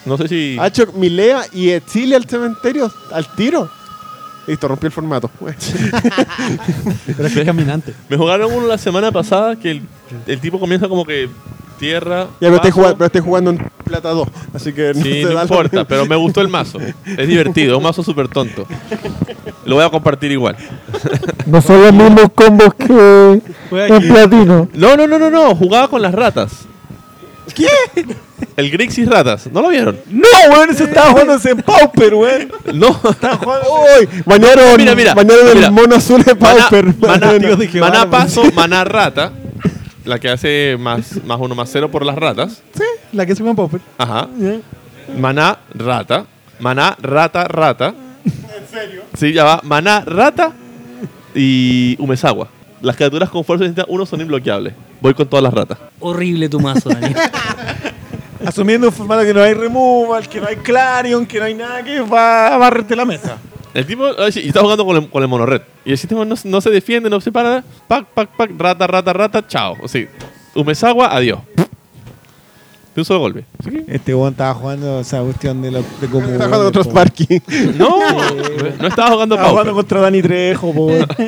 C: No sé si.
B: A Choc, Milea y Exile al cementerio, al tiro. Listo, rompí el formato. (laughs)
A: Pero es que es caminante.
C: Me jugaron uno la semana pasada que el, el tipo comienza como que tierra.
B: Ya, pero estoy,
C: vaso.
B: jugando, pero estoy jugando en plata 2, así que no
C: Sí,
B: se da
C: no
B: la-
C: importa, pero me gustó el mazo. Es divertido, es un mazo súper tonto. Lo voy a compartir igual.
D: No son los mismos combos que
A: Juega aquí.
D: platino.
C: No, no, no, no, no. Jugaba con las ratas. ¿Qué? El Grixis Ratas. ¿No lo vieron?
D: No, weón, se estaba jugando en Pauper, weón.
C: No.
B: ¡Uy! Bañaron,
C: Mira, mira,
B: bañaron
C: mira.
B: el mono azul de
C: Maná,
B: (laughs) Pauper.
C: maná,
B: Bueno.
A: de Jehová,
C: maná
A: la
C: paso, maná rata. La que hace más, más uno, más cero por las ratas.
A: La que se llama (laughs) Popper.
C: Ajá.
D: ¿Eh?
C: Maná rata. Maná rata rata. ¿En serio? Sí, ya va. Maná rata y Humesagua. Las criaturas con fuerza necesitan uno son inbloqueables. Voy con todas las ratas.
H: Horrible tu mazo, Daniel.
D: Asumiendo un formato que no hay removal, que no hay clarion, que no hay nada que va a barrerte la mesa.
C: El tipo ay, sí, y está jugando con el, con el monorred. Y el sistema no, se- no se defiende, no se para. Pac, pac, pac, rata, rata, rata, chao. O sea, Humesagua, adiós. De un solo golpe. Así que-
D: Este weón estaba jugando esa cuestión de, la, de como.
B: Está jugando otros (laughs) parking.
D: (laughs)
C: No, no estaba jugando
D: Estaba
C: Pauper.
D: jugando contra Dani Trejo, po, weón. (laughs)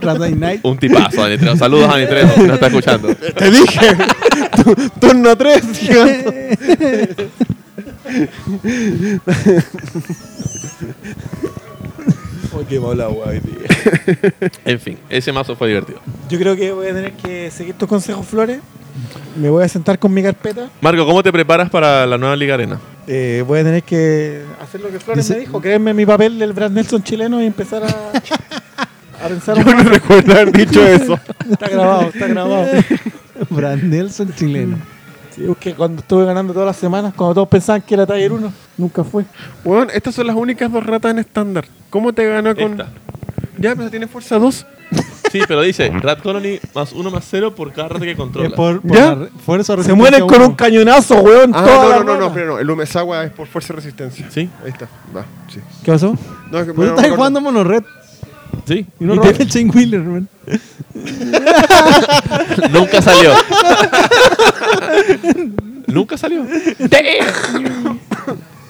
A: Rata Knight.
C: Un tipazo, Dani Trejo. Saludos a Dani Trejo, que nos está
D: (laughs)
C: escuchando.
B: Te dije. Tu- Turno 3,
C: En fin, ese mazo fue divertido.
D: Yo creo que voy a tener que seguir tus consejos, Flores. Me voy a sentar con mi carpeta.
C: Marco, ¿cómo te preparas para la nueva Liga Arena?
D: Eh, voy a tener que hacer lo que Flores
A: Dice-
D: me dijo, creerme mi papel del Brad Nelson chileno y empezar a, a pensar.
C: (laughs)
B: Yo no (laughs) recuerdo haber dicho eso.
D: Está grabado, está grabado.
A: Bran Nelson chileno.
D: Sí, porque cuando estuve ganando todas las semanas, cuando todos pensaban que era Tiger 1, nunca fue.
B: Weón, estas son las únicas dos ratas en estándar. ¿Cómo te ganó con.?
C: Esta.
B: Ya, pero tiene fuerza 2.
C: Sí, pero dice Rat Colony más uno más cero por cada rata que
A: Es
C: controla.
A: por, por
B: ¿Ya?
A: la re- fuerza o
D: Se
A: resistencia
D: mueren con
A: uno.
D: un cañonazo, weón.
B: Ah,
D: todas
B: no, no,
D: las
B: no, no,
D: ratas.
B: pero no. El Umezawa es por fuerza y resistencia.
C: Sí.
B: Ahí está. Va, sí.
A: ¿Qué pasó?
B: No, es que-
A: Tú
B: no me
A: estás
B: acuerdo.
A: jugando Monored
C: Sí. (laughs)
A: y no
D: Y
A: robaste
D: te-
A: el Chain Wheeler, man.
C: Nunca salió. (laughs) Nunca salió.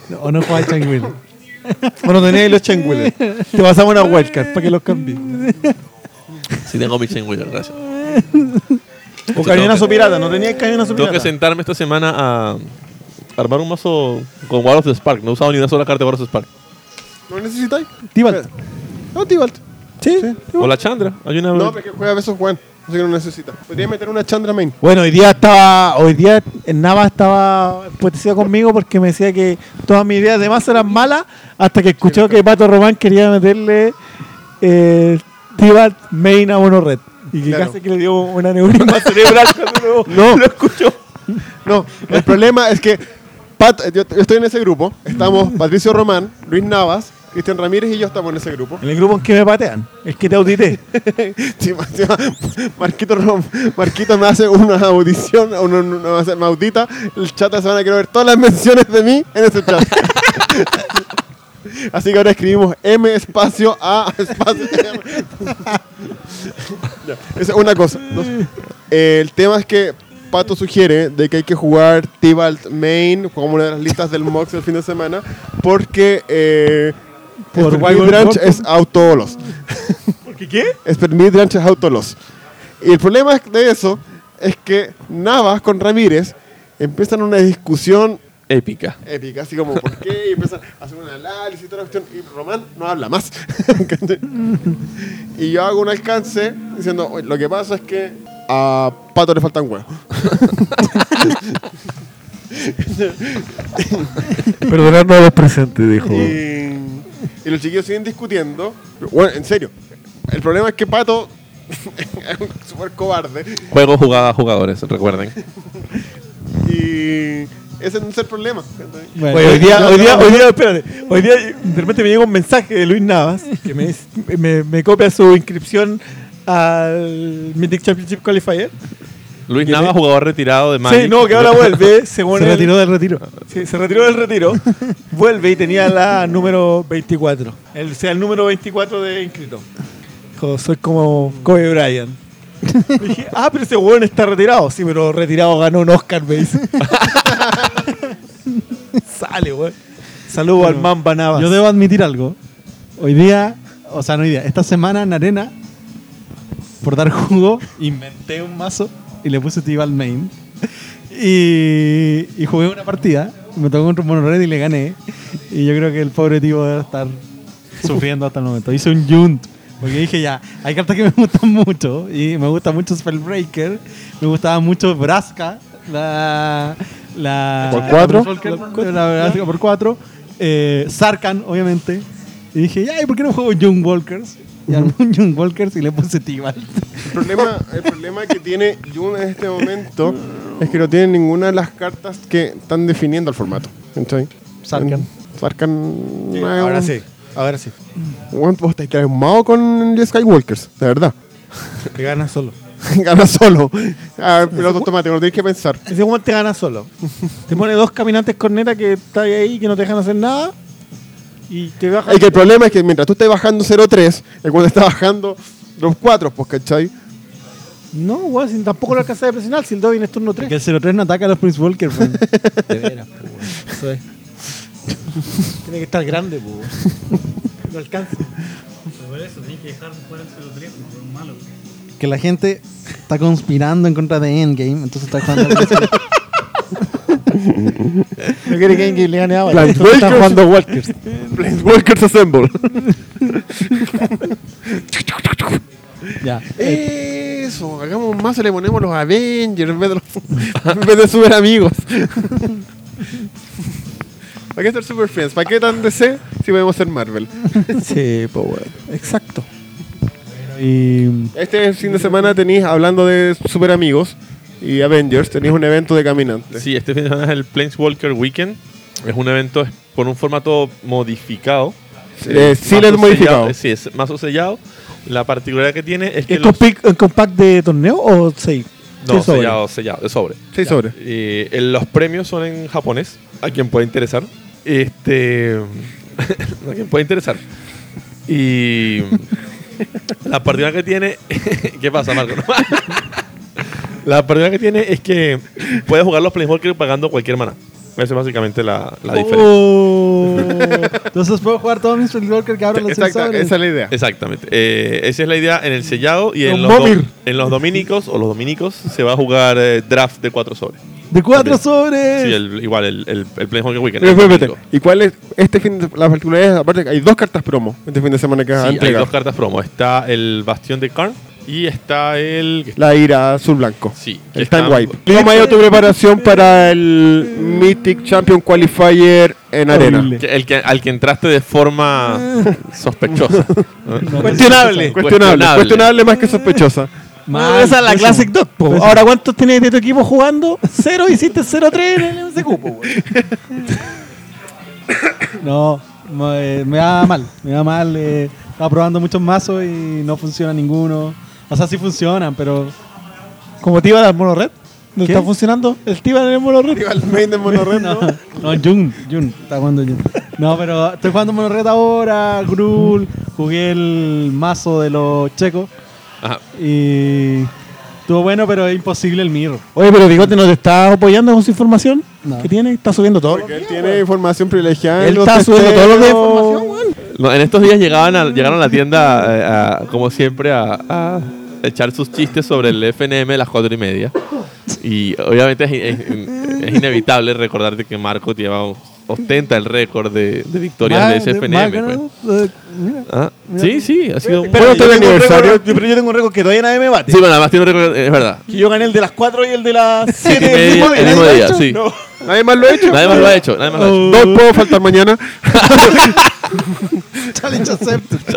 A: No, no juega Chain Wheeler.
D: Bueno, tenés ahí
A: (laughs)
D: los changuiles. Te pasamos una wildcard para que los cambies.
C: Sí, tengo mi Chain Wheeler,
B: (laughs)
C: gracias.
D: O cañonazo pirata, no tenía cañonazo
C: Tengo que
D: pirata.
C: sentarme esta semana a armar un mazo con War of the Spark. No he usado ni una sola carta de War of the Spark.
B: ¿No necesitáis?
A: Tibalt.
B: No, Tibalt.
D: Sí.
C: O la Chandra. Hay una.
B: No, pero que juega a veces Juan. Así que no necesita. Podría meter una Chandra main.
D: Bueno, hoy día estaba, hoy día Nava estaba emputecido conmigo porque me decía que todas mis ideas de más eran malas hasta que escuchó que Pato Román quería meterle eh, Tibalt Main a Mono Red. Y que
B: Claro.
D: casi que le dio una (laughs) neurona cerebral cuando lo,
B: No.
D: lo escuchó.
B: No, el problema es que Pat, yo, yo estoy en ese grupo. (laughs) Estamos Patricio Román, Luis Navas, Cristian Ramírez y yo estamos en ese grupo.
D: En el grupo en que me patean, el que te audité.
B: (laughs) Sí, ma- sí, ma- Marquito, Rom- Marquito me hace una audición, una, una- una- me audita. El chat de la semana quiero ver todas las menciones de mí en ese chat. Así que ahora escribimos M espacio A espacio.
D: (laughs)
B: M. Ya, Esa es una cosa. Dos, eh, el tema es que Pato sugiere de que hay que jugar Tibalt Main como una de las listas del Mox del fin de semana porque eh,
A: Por
B: Spermid
A: Google
B: Branch
A: Docs.
B: es autolos.
D: ¿Porque qué?
B: Spermid Branch es autolos. Y el problema de eso es que Navas con Ramírez empiezan una discusión
C: Épica.
B: épica, así como ¿por qué? Y empiezan a hacer un análisis y toda la cuestión. Y Román no habla más. (laughs) y yo hago un alcance diciendo, "Oye, lo que pasa es que a Pato le faltan huevos.
D: (laughs) Perdonar no los presentes, dijo.
B: Y, y los chiquillos siguen discutiendo. Bueno, en serio. El problema es que Pato (laughs) es un súper cobarde.
C: Juego jugada a jugadores, recuerden.
B: Y ese no es el problema.
A: Bueno,
D: Oye, hoy día,
B: Yo-
D: hoy día,
B: yo-
D: hoy día, espérate. Hoy día de repente me llega un mensaje de Luis Navas que me, me, me copia su inscripción al Mythic Championship Qualifier.
C: Luis
D: ¿Quién
C: Nava,
D: es?
C: jugador retirado de Magic.
D: Sí, no, que ahora
A: (laughs)
D: vuelve, según
A: se
D: él.
A: retiró del retiro.
D: Sí, se retiró del (laughs) retiro. vuelve y tenía la número 24. El, o sea, el número 24 de inscrito. Dijo, soy como Kobe Bryant. (laughs) Dije, ah, pero ese hueón está retirado. Sí, pero retirado ganó un Oscar, me (laughs) dice. Sale, weón. Saludo al Mamba Navas.
A: Yo debo admitir algo. Hoy día, o sea, no hoy día, esta semana en Arena, por dar jugo, inventé un mazo y le puse Tibal Main. Y, y jugué una partida, me tocó contra un monorred y le gané. Y yo creo que el pobre tío debe estar sufriendo hasta el momento. Hice un Junt, porque dije ya, hay cartas que me gustan mucho. Y me gusta mucho Spellbreaker, me gustaba mucho Braska, la. la
B: ¿Por cuatro?
A: la Berserker, La Braska por cuatro. Eh, Sarkan, obviamente. Y dije, ya, ¿y por qué no juego Jung Walkers? Y armé un Jung Walkers y le puse Tibal.
B: El problema, el problema que tiene Jun en este momento es que no tiene ninguna de las cartas que están definiendo el formato. ¿Cachai?
A: Sarkan.
B: Sarkan.
D: Ahora sí, ahora sí.
B: Bueno, vos estáis traumado con los Skywalkers, de verdad. (laughs)
D: Te ganas solo.
B: Gana solo. Ah, piloto automático, no tienes que pensar.
D: Ese hueón te gana solo. te pone dos caminantes corneta que están ahí que no te dejan hacer nada. Y te baja.
B: Es que el problema es que mientras tú estés bajando 0.3, el cuando está bajando los 4, pues, ¿cachai?
D: No, weón, si tampoco lo alcanzas a presionar si el Dobin es turno 3.
A: Que el 03 no ataca a los Prince Walker. weón.
D: Tiene que estar grande, po. (laughs) No alcanza.
A: (laughs) que la gente está conspirando en contra de Endgame, entonces está jugando.
D: (laughs) No quiere que Engel le gane a Avatar.
B: Planeswalkers. jugando Walkers. (laughs) Planeswalkers Assemble.
A: ya.
B: Eso, hagamos más, le ponemos los Avengers en vez de, los, (laughs) en vez de super amigos. (laughs) ¿Para qué ser Super Friends? ¿Para qué tan DC si podemos ser Marvel?
D: Sí, po, weón. Exacto.
A: Y
B: Este fin de semana tenéis, hablando de super amigos, y Avengers, tenéis un evento de caminantes.
C: (laughs) Sí, este fin de semana es el Planeswalker Weekend. Es un evento con un formato modificado.
B: Eh, sí, lo he
C: Mazo
B: modificado.
C: sellado, eh, sí, es mazo sellado. La particularidad que tiene es que
D: ¿Es
C: los,
D: compact, el compact de torneo o seis?
C: no,
D: seis sobre?
C: sellado, sellado, de sobre.
B: Seis sobres.
C: Eh, el- los premios son en japonés, a quien puede interesar. Este. (laughs) a quien puede interesar. Y. la partida que tiene. (laughs) ¿Qué pasa, Marco? la partida que tiene es que puedes jugar los Planeswalker pagando cualquier mana. Esa es básicamente la, la diferencia.
A: Oh. Entonces puedo jugar todos mis Planeswalker que abran los
B: Exacto,
A: sensores.
B: esa es la idea.
C: Exactamente. Eh, esa es la idea en el sellado y en
D: Un
C: los, do-
D: momir.
C: en los dominicos o los dominicos se va a jugar eh, draft de cuatro sobres.
A: De cuatro
C: También.
A: sobres.
C: Sí, el- igual el, el, el Planeswalker Weekend.
B: Pero
C: el
B: espérate,
C: domingo.
B: ¿Y cuál es este fin de la particularidad? Aparte, que hay dos cartas promo este fin de semana que van a
C: Sí, hay
B: entregar.
C: dos cartas promo. Está el Bastión de Karn y está el. que-
B: La ira azul blanco.
C: Sí, que
B: El time
C: están-
B: wipe. ¿Cómo ha ido tu preparación para el Mythic Champion Qualifier en arena?
A: Horrible.
C: que- el que, al que entraste de forma sospechosa.
B: Cuestionable, cuestionable, cuestionable más que (laughs) sospechosa.
D: Mal, esa es la Classic Dog. po. Ahora, ¿cuántos tenés de tu equipo jugando? Cero, hiciste 0-3 (laughs) en ese cupo. güey.
A: No, me, me va mal. Me va mal. eh, estaba probando muchos mazos y no funciona ninguno. O sea, sí funcionan, pero
D: Como te iba del mono red. ¿No
A: ¿Qué?
D: está funcionando? El Tiba en el mono red.
B: al main de monorred, ¿no?
A: No, Jun, Jun, está jugando Jun. No, pero estoy jugando Monorred ahora, Grul, jugué el mazo de los checos
C: Ajá.
A: y estuvo bueno, pero es imposible el mirror.
D: Oye, (laughs) pero Bigote nos está apoyando con su información
A: No.
D: que tiene. Está subiendo todo.
B: Porque él tiene información privilegiada. en
D: Él
B: los
D: está subiendo todos los de
B: testeos.
D: información, güey.
C: No, en estos días llegaban a- llegaron a la tienda, eh, a- como siempre, a, a echar sus chistes sobre el FNM a las cuatro y media. Y obviamente es, es- es inevitable recordarte que Marco lleva, ostenta el récord de, de victorias de ese FNM. pues. Ah, Sí, sí, ha sido un
B: Pero
D: Yo
B: estoy de
D: tengo un
B: aniversario.
D: récord- yo- pero yo tengo un récord que todavía nadie me bate.
C: Sí, bueno, además tiene un récord, es verdad.
D: Que yo gané el de las 4 y el de (laughs) las 7.
C: Siete y media, el mismo día, sí.
B: Nadie más lo ha hecho.
C: Nadie más lo ha hecho, nadie más lo ha hecho.
B: Dos puedo faltar mañana.
A: Challenge accepted.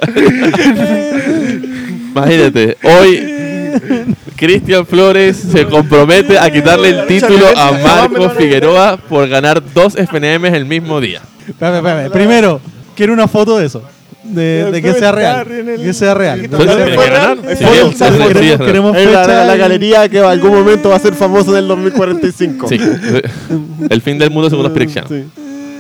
C: Imagínate, hoy Cristian Flores se compromete a quitarle el título a Marco Figueroa por ganar dos FNMs el mismo día.
A: Espérame, espérame. Primero, quiero una foto de eso. De, de que sea real. Que sea real. de que sea
C: Entonces,
A: real.
C: tiene que ganar. Sí,
B: Fue
C: sí,
B: el-
C: sí,
A: Queremos,
C: sí,
A: queremos
B: Es la,
A: fecha
B: la
A: y-
B: galería que en algún momento va a ser famosa del 2045.
C: Sí, el fin del mundo según las predicciones.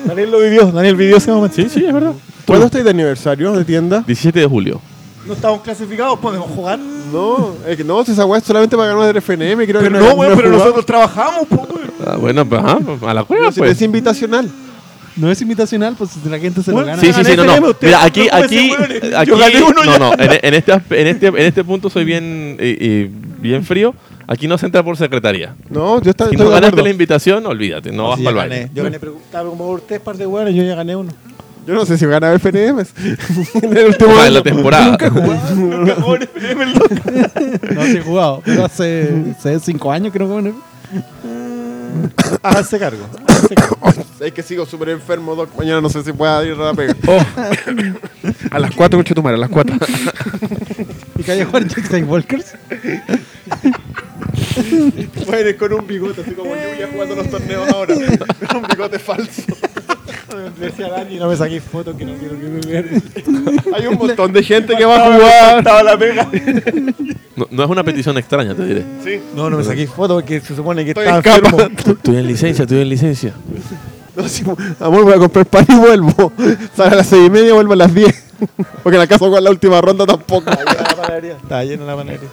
D: Daniel lo vivió. Daniel vivió ese momento.
C: Sí, sí, es verdad.
B: ¿Cuándo estáis de aniversario de tienda?
C: 17 de julio.
D: No estamos clasificados, podemos jugar.
B: No, es que no, si esa weá es solamente para ganar del FNM, creo que
D: No, güey, pero
B: jugaba.
D: nosotros trabajamos, po, güey.
C: Ah, bueno, pues, ajá, pues, a la cueva,
B: Si no Es
C: pues.
B: invitacional.
A: No es invitacional, pues si la gente se lo
D: Bueno,
A: gana.
C: Sí, sí, sí, no,
D: gané
C: no.
D: FNM,
C: Mira,
D: ustedes
C: aquí,
D: son como
C: aquí,
D: ese weón,
C: aquí,
D: yo gané uno
C: no,
D: ya.
C: no, en, en este, en, este, en este punto soy bien, eh, eh, bien frío. Aquí no se entra por secretaría.
B: No, yo estaba
C: Si
B: estoy
C: no
B: de
C: ganaste
B: acuerdo.
C: la invitación, olvídate, no vas
D: Sí,
C: para el
D: yo
C: baile.
D: gané. Yo gané, pero estaba como por tres par de hueones, yo ya gané uno.
B: Yo no sé si ganaba FNM. en el último
C: Para
B: año.
C: la temporada.
A: No, sí he jugado. Pero hace, hace cinco años que no juego. ¿no?
D: Háganse cargo.
B: Es que sigo súper enfermo, Doc. Mañana no sé si pueda ir a la pega. a las 4, coche tu madre, a las 4.
A: ¿Y que haya jugado en Jack Walkers?
B: Puedes con un bigote, así como yo ya jugando los torneos ahora. Con un bigote falso.
D: Le decía a Dani, no me saquéis fotos que no quiero que me vean.
B: Hay un montón de gente que va a jugar. la pega.
C: No, no es una petición extraña, te diré.
D: (laughs) No, no me saquéis fotos porque se supone que
B: Estoy
D: estaba
B: en capa.
D: (laughs) enfermo.
C: Estoy en licencia, estoy en licencia.
B: No, sí, amor, voy a comprar pan y vuelvo. Sale a las 6 y media, vuelvo a las 10. Porque en la casa juega la última ronda tampoco.
D: Estaba llena la panadería.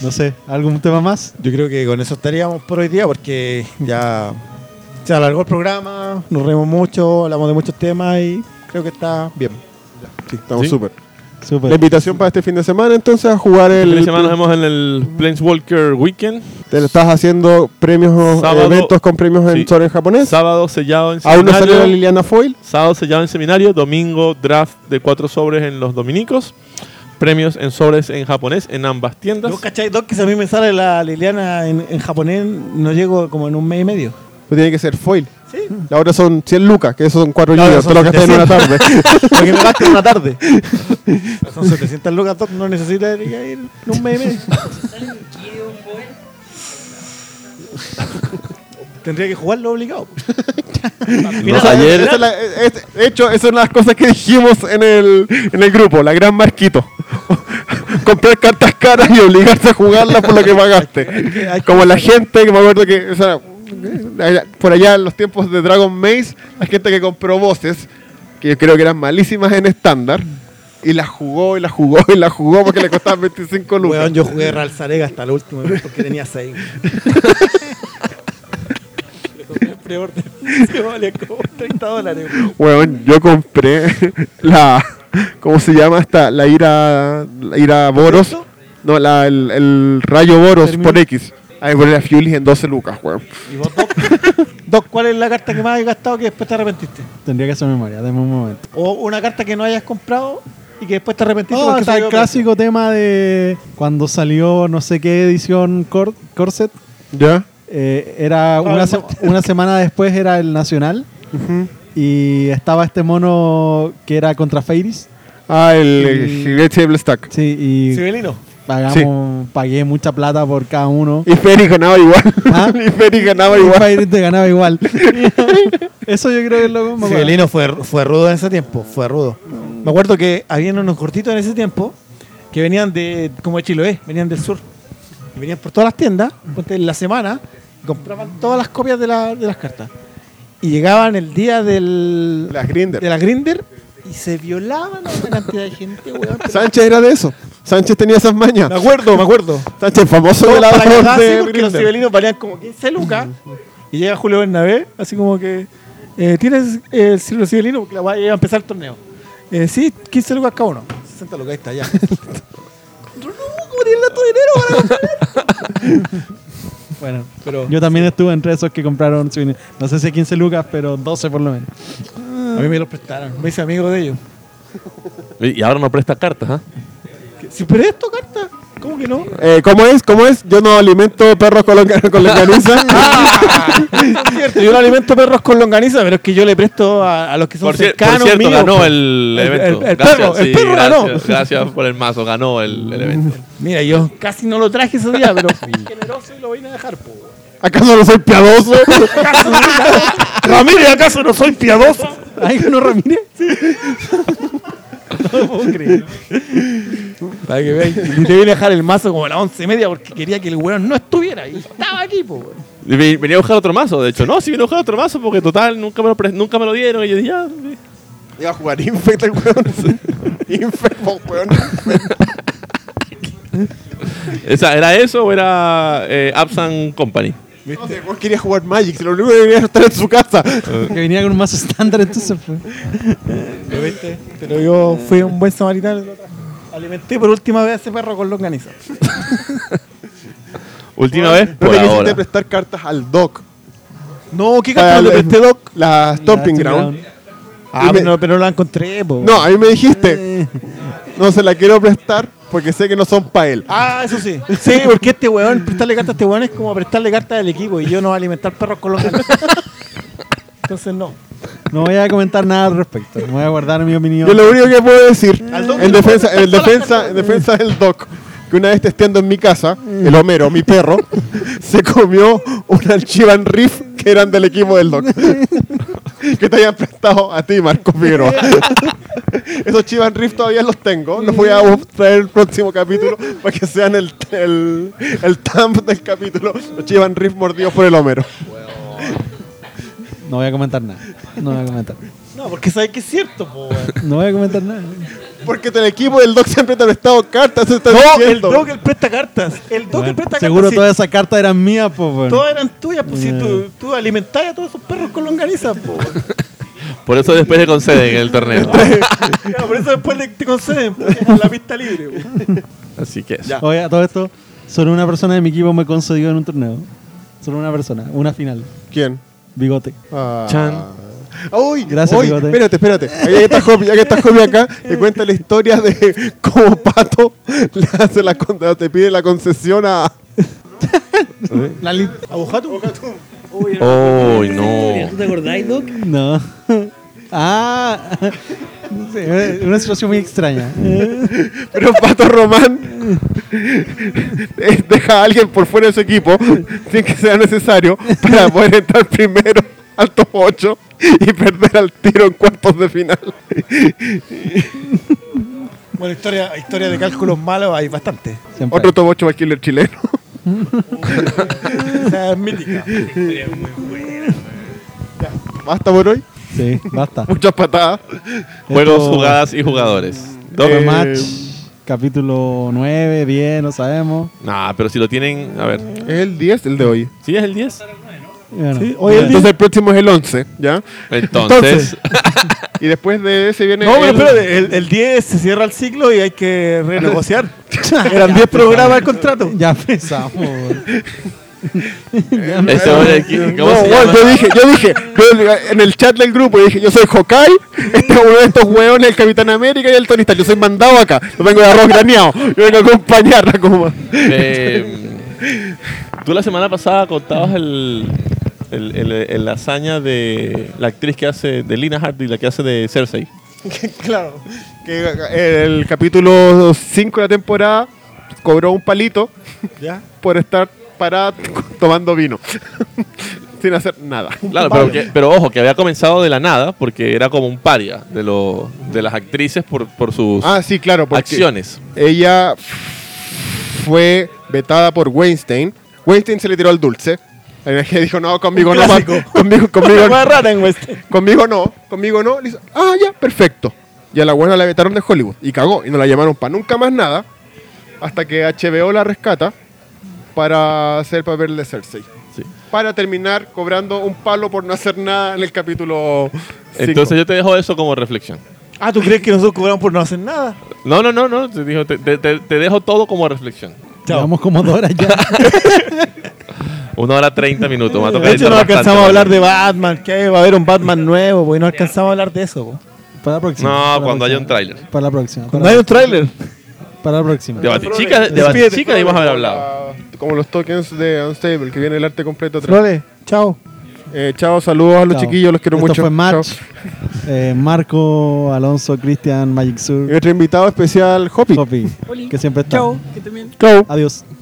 A: No sé, ¿algún tema más?
D: Yo creo que con eso estaríamos por hoy día porque ya se alargó el programa, nos reímos mucho, hablamos de muchos temas y creo que está bien.
B: Sí, estamos
C: Sí.
B: súper. La
A: Súper.
B: invitación para este fin de semana, entonces, a jugar
C: El Este fin
B: el.
C: de semana nos vemos en el Planeswalker Weekend.
B: Te estás haciendo premios,
C: Sábado.
B: eventos con premios en
C: Sí.
B: Soren japonés.
C: Sábado sellado en
B: Aún no salió la
C: seminario.
B: Liliana Foil.
C: Sábado sellado en seminario. Domingo draft de cuatro sobres en los dominicos. Premios en sobres en japonés en ambas tiendas.
D: ¿Vos cacháis, Doc, que si a mí me sale la Liliana en, en japonés, no llego como en un mes y medio?
B: Pues tiene que ser Foil. La otra son 100 lucas, que eso son 4
D: Ahora
B: libras.
D: son
B: Te lo gasté en una tarde.
D: (laughs) Porque me gasto una tarde. (laughs) Son 700 lucas, Doc, no necesito ir en un mes y medio. Tendría que jugarlo obligado.
B: O sea, esa es la- es- de hecho, esas son las cosas que dijimos en el, en el grupo, la gran marquito. (laughs) Comprar cartas caras y obligarse a jugarlas por lo que
D: hay
B: pagaste.
D: que-
B: Como la gente que me acuerdo que, o sea, allá- por allá en los tiempos de Dragon Maze, la gente que compró voces, que yo creo que eran malísimas en estándar, y las jugó y las jugó y las jugó porque le costaban 25 lucas.
D: Weón, yo jugué Real Zarega hasta el último minuto porque tenía 6. preorden. Se vale como 30 dólares.
B: Weón, yo compré (laughs) la. ¿Cómo se llama esta? La ira. La ira Boros. No, la, el, el rayo Boros por X. Ahí por la Fuelis en 12 lucas, weón.
D: ¿Y vos, Doc? Doc, ¿cuál es la carta que más has gastado que después te arrepentiste?
A: Tendría que hacer memoria, dame un momento.
D: O una carta que no hayas comprado y que después te arrepentiste
A: Oh,
D: porque
A: está
D: salió
A: el clásico tema de cuando salió no sé qué edición cor- Corset.
B: ¿Ya?
A: eh, era una,
D: el
A: se- una semana después era el Nacional y estaba este mono que era contra Feiris.
B: Ah, el, el
A: Y-
B: Gillette Table Stack.
A: Sí, y
D: Sibelino.
A: pagamos, pagué mucha plata por cada uno.
B: Y Ferry ganaba igual.
A: ¿Ah?
B: (laughs) y Ferry ganaba
A: Y
B: igual.
A: Feiris te ganaba
B: (laughs)
A: igual. (laughs) Eso yo creo que es lo más
D: Sibelino fue, fue rudo en ese tiempo, fue rudo. Me acuerdo que habían unos cortitos en ese tiempo que venían de, como de Chiloé, venían del sur. Y venían por todas las tiendas, ponte, en la semana, y compraban todas las copias de, la- de las cartas. Y llegaban el día del,
B: Las Grinder.
D: de la Grinder y se violaban a una cantidad de gente, weón.
B: Sánchez era de eso. Sánchez tenía esas mañas.
D: (laughs) Me acuerdo, me acuerdo.
B: Sánchez, famoso
D: Todos
B: de la
D: para allá,
B: voz
D: así,
B: de
D: porque los
B: Grindr.
D: cibelinos valían como 15 lucas. Y llega Julio Bernabé, así como que. eh, ¿Tienes eh, el cibelino cibelino? Porque la va a iba a empezar el torneo. Eh, sí, 15 lucas cada uno. 60 lucas, ahí está, (laughs) ya. no, ¿cómo tienes tanto dinero para comprar? bueno, (laughs) pero.
A: Yo también estuve entre esos que compraron souvenirs. No sé si 15 lucas, pero 12 por lo menos.
D: A mí me los prestaron. Me hice amigo de ellos.
C: Y ahora no presta cartas, ¿ah?
D: ¿Qué? ¿Si presto carta? ¿Cómo que no?
B: Eh, ¿Cómo es? ¿Cómo es? Yo no alimento perros con, longa- con (laughs) longaniza.
D: (laughs)
B: Ah.
D: Es cierto, yo no alimento perros con longaniza, pero es que yo le presto a, a los que son
C: Por, cier- por
D: cercanos
C: cierto,
D: míos,
C: ganó
D: pues.
C: el
D: El-
C: evento.
D: el- el perro, el perro ganó.
C: gracias- Gracias por el mazo, ganó el, el evento.
D: Mira, yo casi no lo traje ese día, (laughs) pero fui generoso y lo vine a dejar, po.
B: ¿Acaso no soy piadoso? (laughs)
D: (laughs) Ramírez, ¿acaso no soy piadoso? ¿Ay, no, Ramírez? Sí. (laughs) No lo puedo creer. Para que veáis. Y te vine a dejar el mazo como a las once y media porque quería que el weón no estuviera. Y estaba aquí, po. weón.
C: Y ve- Venía a buscar otro mazo, de hecho. No, sí, venía a buscar otro mazo porque, total, nunca me lo, pre- nunca me lo dieron. Y yo dije, "Ah, ya. sí.
B: Iba a jugar Infect el weón. Infect, po, weón.
C: Esa, ¿Era eso o era eh, Abs and Company?
B: No sé, vos querías jugar Magic, si lo único que quería era estar en su casa.
A: Que venía con un mazo estándar, entonces pues, fue.
D: Pero yo fui un buen samaritano. y lo traje. Alimenté por última vez a ese perro con longaniza.
C: Última vez,
B: No
C: por
B: le quisiste
C: ahora.
B: prestar cartas al Doc.
D: No, ¿qué
B: Para
D: carta le
B: el- este
D: presté, Doc?
B: La Stomping Ground.
D: Ah, pero, no- pero no la encontré, po.
B: No, a mí me dijiste. No se la quiero prestar porque sé que no son para él.
D: Ah, eso sí. Sí, porque este weón, prestarle cartas a este weón es como prestarle cartas al equipo y yo no alimentar perros con los (laughs) gatos. Entonces no.
A: No voy a comentar nada al respecto. Me voy a guardar mi opinión.
B: Yo lo único que puedo decir,
D: Al Doc
B: en
D: no
B: defensa, en defensa, en defensa del Doc, que una vez testeando en mi casa, el Homero, mi
D: (laughs)
B: perro, se comió un Archivan Riff que eran del equipo del
D: (laughs)
B: Doc. que te hayan prestado a ti, Marco
D: (laughs)
B: Figueroa. Esos Chivan Riff todavía los tengo. Los voy a traer el próximo capítulo para que sean el, el, el thumb del capítulo. Los Chivan Riff mordidos por el Homero.
A: No voy a comentar nada. No voy a comentar.
D: No, porque sabes que es cierto, po, weón.
A: No voy a comentar nada.
B: Porque el equipo del Doc siempre te ha prestado cartas. eso está
D: No, el
B: diciendo.
D: Doc el presta cartas. El Doc el
A: Bueno,
D: presta
A: seguro
D: cartas. sí.
A: todas esas cartas eran mías, pues.
D: Todas eran tuyas, pues si tú, tú alimentabas a todos esos perros con (laughs) longaniza, po. weón.
C: Por eso después le conceden el torneo.
D: Ya, por eso después le- te conceden po, a la pista libre, po.
C: Así que eso.
A: Oye, a todo esto, solo una persona de mi equipo me concedió en un torneo. Solo una persona, una final.
B: ¿Quién?
A: Bigote.
B: Ah.
C: Chan.
B: Uy,
A: Gracias,
B: uy,
A: bigote.
B: espérate, espérate. Ahí está Jopi, ya que está Jopi acá, te cuenta la historia de cómo Pato le hace la con- te pide la concesión a.
D: La li- Abujatum.
C: ¡Oh, no!
H: ¿Tú te acordáis, Doc?
A: No. (laughs) ah. Sí, Una situación muy extraña.
B: Pero Pato Román deja a alguien por fuera de su equipo sin que sea necesario para poder entrar primero al top 8 y perder al tiro en cuartos de final.
D: Bueno, historia, historia de cálculos malos hay bastante.
A: Siempre
B: Otro top 8 va al killer chileno.
D: O sea, es (laughs) mítica.
B: Basta por hoy.
A: hay. Sí, basta.
B: Muchas patadas.
C: Juegos,
A: Esto-
C: jugadas y jugadores.
A: Otro
B: Eh,
A: match, capítulo 9, 10, no sabemos.
C: Nah, pero si lo tienen. A ver.
B: Es el 10, el de hoy.
C: ¿Sí es el 10?
A: Bueno,
D: Sí, hoy el
B: Entonces el próximo es el 11, ¿ya?
C: Entonces.
B: Y después de ese viene.
D: No, pero
B: el-
D: espérate, el, el 10 se cierra el ciclo y hay que renegociar. (laughs) Eran 10 programas el contrato.
A: ya empezamos. weón.
C: este hombre aquí, ¿Cómo
B: No,
C: se
B: bueno,
C: llama?
B: yo dije, yo dije, yo en el chat del grupo dije, yo soy Hokkai, este es uno de estos hueones, el Capitán América y el Tony Stark, yo soy mandado acá, yo vengo de arroz graneado, yo vengo a acompañarla como...
C: (laughs) Eh, tú la semana pasada contabas el, el, el- el- la hazaña de la actriz que hace, de Lina Hardy, la que hace de Cersei.
B: claro, que eh, el capítulo 5 de la temporada cobró un palito
D: ¿Ya?
B: por estar parada (laughs) tomando vino, (laughs) sin hacer nada.
C: Claro, pero, que- pero ojo, que había comenzado de la nada porque era como un paria de, lo, de las actrices por, por sus
B: Ah, sí, claro, porque
C: acciones.
B: ella fue vetada por Weinstein, Weinstein se le tiró al dulce, el que dijo, no, conmigo no, más, (laughs)
D: clásico.
B: conmigo,
D: (laughs)
B: conmigo,
D: Una rara en West.
B: Conmigo no, conmigo no. Le hizo, ah, ya, perfecto. Y a la buena la vetaron de Hollywood. Y cagó. Y no la llamaron para nunca más nada. Hasta que HBO la rescata para hacer el papel de Cersei.
C: Sí.
B: Para terminar cobrando un palo por no hacer nada en el capítulo. cinco.
C: Entonces yo te dejo eso como reflexión.
D: Ah, ¿tú crees que nosotros cobramos por no hacer nada?
C: No, no, no, no, te, dijo, te, te- te- te dejo todo como reflexión.
A: Llevamos como dos horas ya.
C: Una hora treinta minutos. me va a tocar
D: De hecho,
C: editar
D: no alcanzamos
C: bastante.
D: a hablar de Batman, que va a haber un Batman nuevo, porque no alcanzamos a hablar de eso. po.
A: Para la próxima.
C: No,
A: para la
C: cuando haya
A: próxima.
C: un tráiler.
A: Para la próxima. Para,
D: No hay un tráiler.
A: para la próxima.
C: De Batichicas, de
D: Despídete,
C: Batichicas íbamos a haber hablado.
B: Como los tokens de Unstable, que viene el arte completo atrás.
D: Role, chao.
B: Eh, chao, saludos a los
A: Chao.
B: chiquillos, los quiero
A: Esto
B: mucho.
A: fue
B: Chao.
A: Match. Eh, Marco, Alonso, Cristian, Magic
B: Y
A: Sur,
B: nuestro invitado especial, Hopi.
A: Hopi, que siempre está.
H: que también.
B: Chao.
A: Adiós.